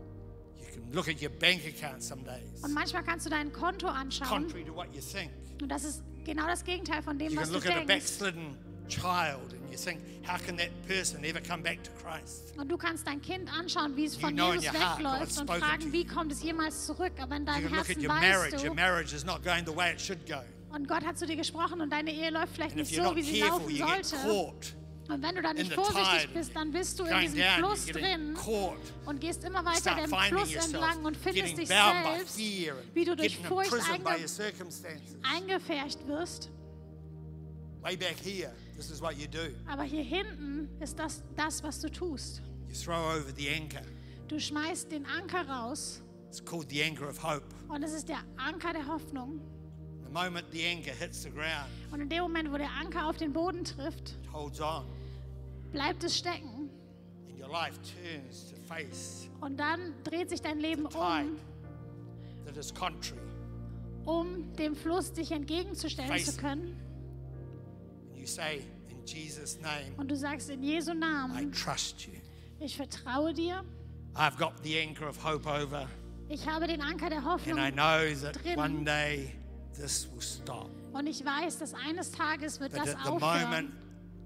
S3: You can look at your bank account some days,
S4: Und manchmal kannst du dein Konto anschauen
S3: contrary to what you think.
S4: und das ist genau das Gegenteil von dem,
S3: You
S4: was
S3: can
S4: du
S3: look at a
S4: denkst.
S3: backslidden child and you think, how can that person ever come back to Christ?
S4: Und du kannst dein Kind anschauen, wie es von
S3: know in
S4: Jesus
S3: your heart God's
S4: wegläuft und
S3: spoken to
S4: fragen,
S3: you.
S4: wie kommt es jemals zurück? Aber in
S3: You
S4: deinem
S3: can look at
S4: Herzen
S3: your marriage.
S4: weißt
S3: Your
S4: du,
S3: marriage is not going the way it should go.
S4: und Gott hat zu dir gesprochen und deine Ehe läuft vielleicht
S3: And if
S4: nicht
S3: you're
S4: so,
S3: not
S4: wie sie
S3: careful,
S4: laufen
S3: you get
S4: sollte.
S3: caught
S4: Und wenn du da
S3: in
S4: nicht
S3: the
S4: vorsichtig
S3: tide.
S4: bist, dann bist du in
S3: Going
S4: diesem
S3: down,
S4: Fluss
S3: you're getting
S4: drin
S3: caught.
S4: und gehst immer weiter
S3: Start
S4: dem
S3: finding
S4: Fluss
S3: yourself
S4: entlang und findest
S3: getting
S4: dich
S3: bound by
S4: selbst,
S3: fear
S4: wie
S3: and
S4: du durch
S3: getting
S4: Furcht
S3: imprisoned by your
S4: einge
S3: circumstances.
S4: eingefärcht wirst.
S3: Way back here, this is what you do.
S4: Aber hier hinten ist das, das, was du tust.
S3: You throw over the anchor.
S4: Du schmeißt den Anker raus
S3: It's called the anchor of hope.
S4: und es ist der Anker der Hoffnung.
S3: The moment the anchor hits the ground,
S4: Und in dem Moment, wo der Anker auf den Boden trifft,
S3: it holds on,
S4: bleibt es stecken.
S3: and your life turns to face
S4: Und dann dreht sich dein Leben
S3: the tide
S4: um,
S3: that is contrary.
S4: um dem Fluss dich entgegenzustellen
S3: Face.
S4: zu können.
S3: And you say, In Jesus' name,
S4: Und du sagst in Jesu
S3: I
S4: Namen,
S3: trust you.
S4: ich vertraue dir.
S3: I've got the anchor of hope over,
S4: Ich habe den Anker der
S3: and I
S4: Hoffnung
S3: know that
S4: drin.
S3: one day this will stop.
S4: und ich weiß, dass eines Tages wird
S3: But
S4: das
S3: at the moment,
S4: aufhören.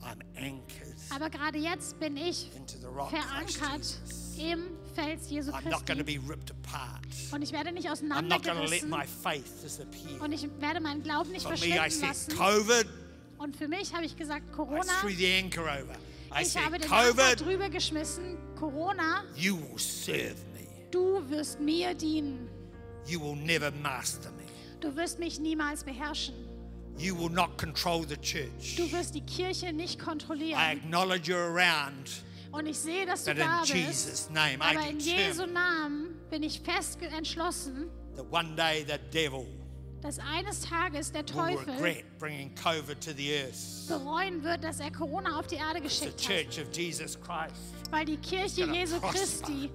S3: I'm anchored
S4: Aber gerade jetzt bin ich
S3: into the rock. Oh, Christ
S4: verankert
S3: Jesus.
S4: im Fels Jesu
S3: I'm not going to
S4: Christi
S3: be ripped apart.
S4: und ich werde nicht
S3: I'm not going to let
S4: auseinandergerissen
S3: my faith disappear.
S4: und ich werde meinen Glauben nicht
S3: For me, I
S4: verschwinden
S3: said
S4: lassen.
S3: COVID.
S4: Und für mich habe ich gesagt,
S3: I
S4: Corona,
S3: threw the anchor over. I
S4: ich
S3: said,
S4: habe den Anker
S3: COVID,
S4: drüber geschmissen. Corona,
S3: you will serve me.
S4: du wirst mir dienen.
S3: You will never master me.
S4: Du wirst mich niemals beherrschen.
S3: You will not control the church.
S4: Du wirst die Kirche nicht
S3: I
S4: kontrollieren.
S3: acknowledge you're around,
S4: Und ich sehe, dass du
S3: but in
S4: da bist.
S3: Jesus' name, I
S4: Aber in Jesu
S3: determine
S4: Namen bin ich fest ge- entschlossen,
S3: that one day the devil
S4: dass eines Tages der
S3: will
S4: Teufel
S3: regret bringing COVID to the earth.
S4: bereuen wird, dass er Corona auf die Erde
S3: The
S4: geschickt hat,
S3: church of Jesus Christ.
S4: weil die Kirche
S3: gonna
S4: Jesu
S3: prosper.
S4: Christi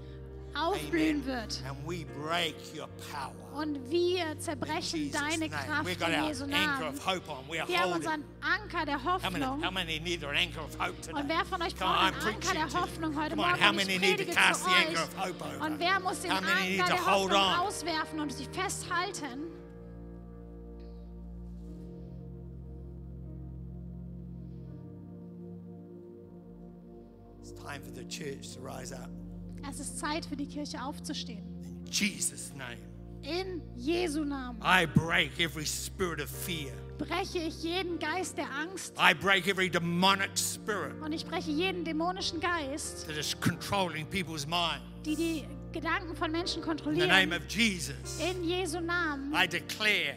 S3: Amen.
S4: aufblühen wird.
S3: And we break your power.
S4: Und wir
S3: In
S4: zerbrechen
S3: Jesus'
S4: deine
S3: name.
S4: Kraft
S3: We've got
S4: in
S3: our
S4: Jesu
S3: anchor of
S4: Namen.
S3: hope on. We are
S4: Wir haben
S3: holding.
S4: unseren Anker der
S3: How many, how
S4: Hoffnung.
S3: many need an anchor of hope today?
S4: Und wer von euch
S3: Come on,
S4: braucht
S3: I'm
S4: einen Anker
S3: preaching
S4: der
S3: to you.
S4: Hoffnung heute
S3: Come on, how
S4: Morgen? Und
S3: many
S4: ich
S3: need to
S4: predige
S3: cast
S4: zu
S3: the anchor of
S4: euch.
S3: hope over?
S4: Und wer muss den
S3: How many
S4: Anker
S3: need to
S4: der
S3: hold
S4: Hoffnung
S3: on?
S4: auswerfen und sich festhalten?
S3: It's time for the church to rise up.
S4: Es ist Zeit für die Kirche aufzustehen.
S3: In Jesus' name,
S4: In Jesu Namen.
S3: I break every spirit of fear.
S4: breche ich jeden Geist der Angst
S3: I break every demonic spirit
S4: und ich breche jeden dämonischen Geist,
S3: that is controlling people's minds.
S4: die die Gedanken von Menschen
S3: In the name
S4: kontrollieren.
S3: of Jesus,
S4: In Jesu Namen
S3: I declare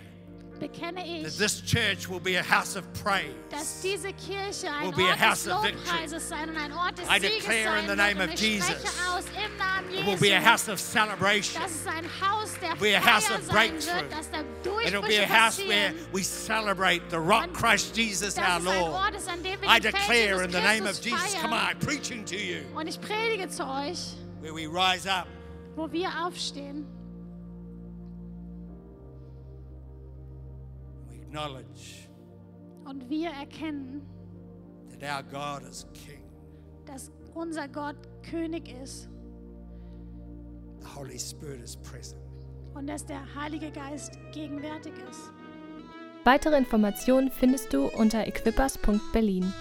S4: bekenne
S3: that
S4: ich,
S3: this church will be a house of praise.
S4: dass diese Kirche ein
S3: Will be a
S4: Ort
S3: house
S4: des
S3: of victory.
S4: Lobpreises sein und ein Ort des
S3: I
S4: Sieges
S3: declare in
S4: sein
S3: the
S4: wird.
S3: name
S4: Und
S3: of
S4: ich spreche
S3: Jesus,
S4: aus im Namen
S3: It will be a
S4: Jesu,
S3: house of celebration.
S4: dass es ein Haus
S3: be
S4: der
S3: a
S4: Feier
S3: house of
S4: sein
S3: breakthrough.
S4: wird, dass da
S3: It'll be
S4: Durchbrüche
S3: a house where
S4: passieren.
S3: we celebrate the rock
S4: Und
S3: Christ Jesus our
S4: Dass es ein
S3: Lord.
S4: Ort ist, an dem wir
S3: I
S4: den Fels
S3: declare in
S4: Jesus
S3: the name of
S4: Christus
S3: Jesus,
S4: feiern.
S3: come on, I'm preaching to you,
S4: Und ich predige zu euch,
S3: where we rise up
S4: wo wir aufstehen
S3: and we acknowledge
S4: und wir erkennen,
S3: that our God is King.
S4: dass unser Gott König ist
S3: The Holy Spirit is present.
S4: und dass der Heilige Geist gegenwärtig ist.
S1: Weitere Informationen findest du unter equippers.berlin.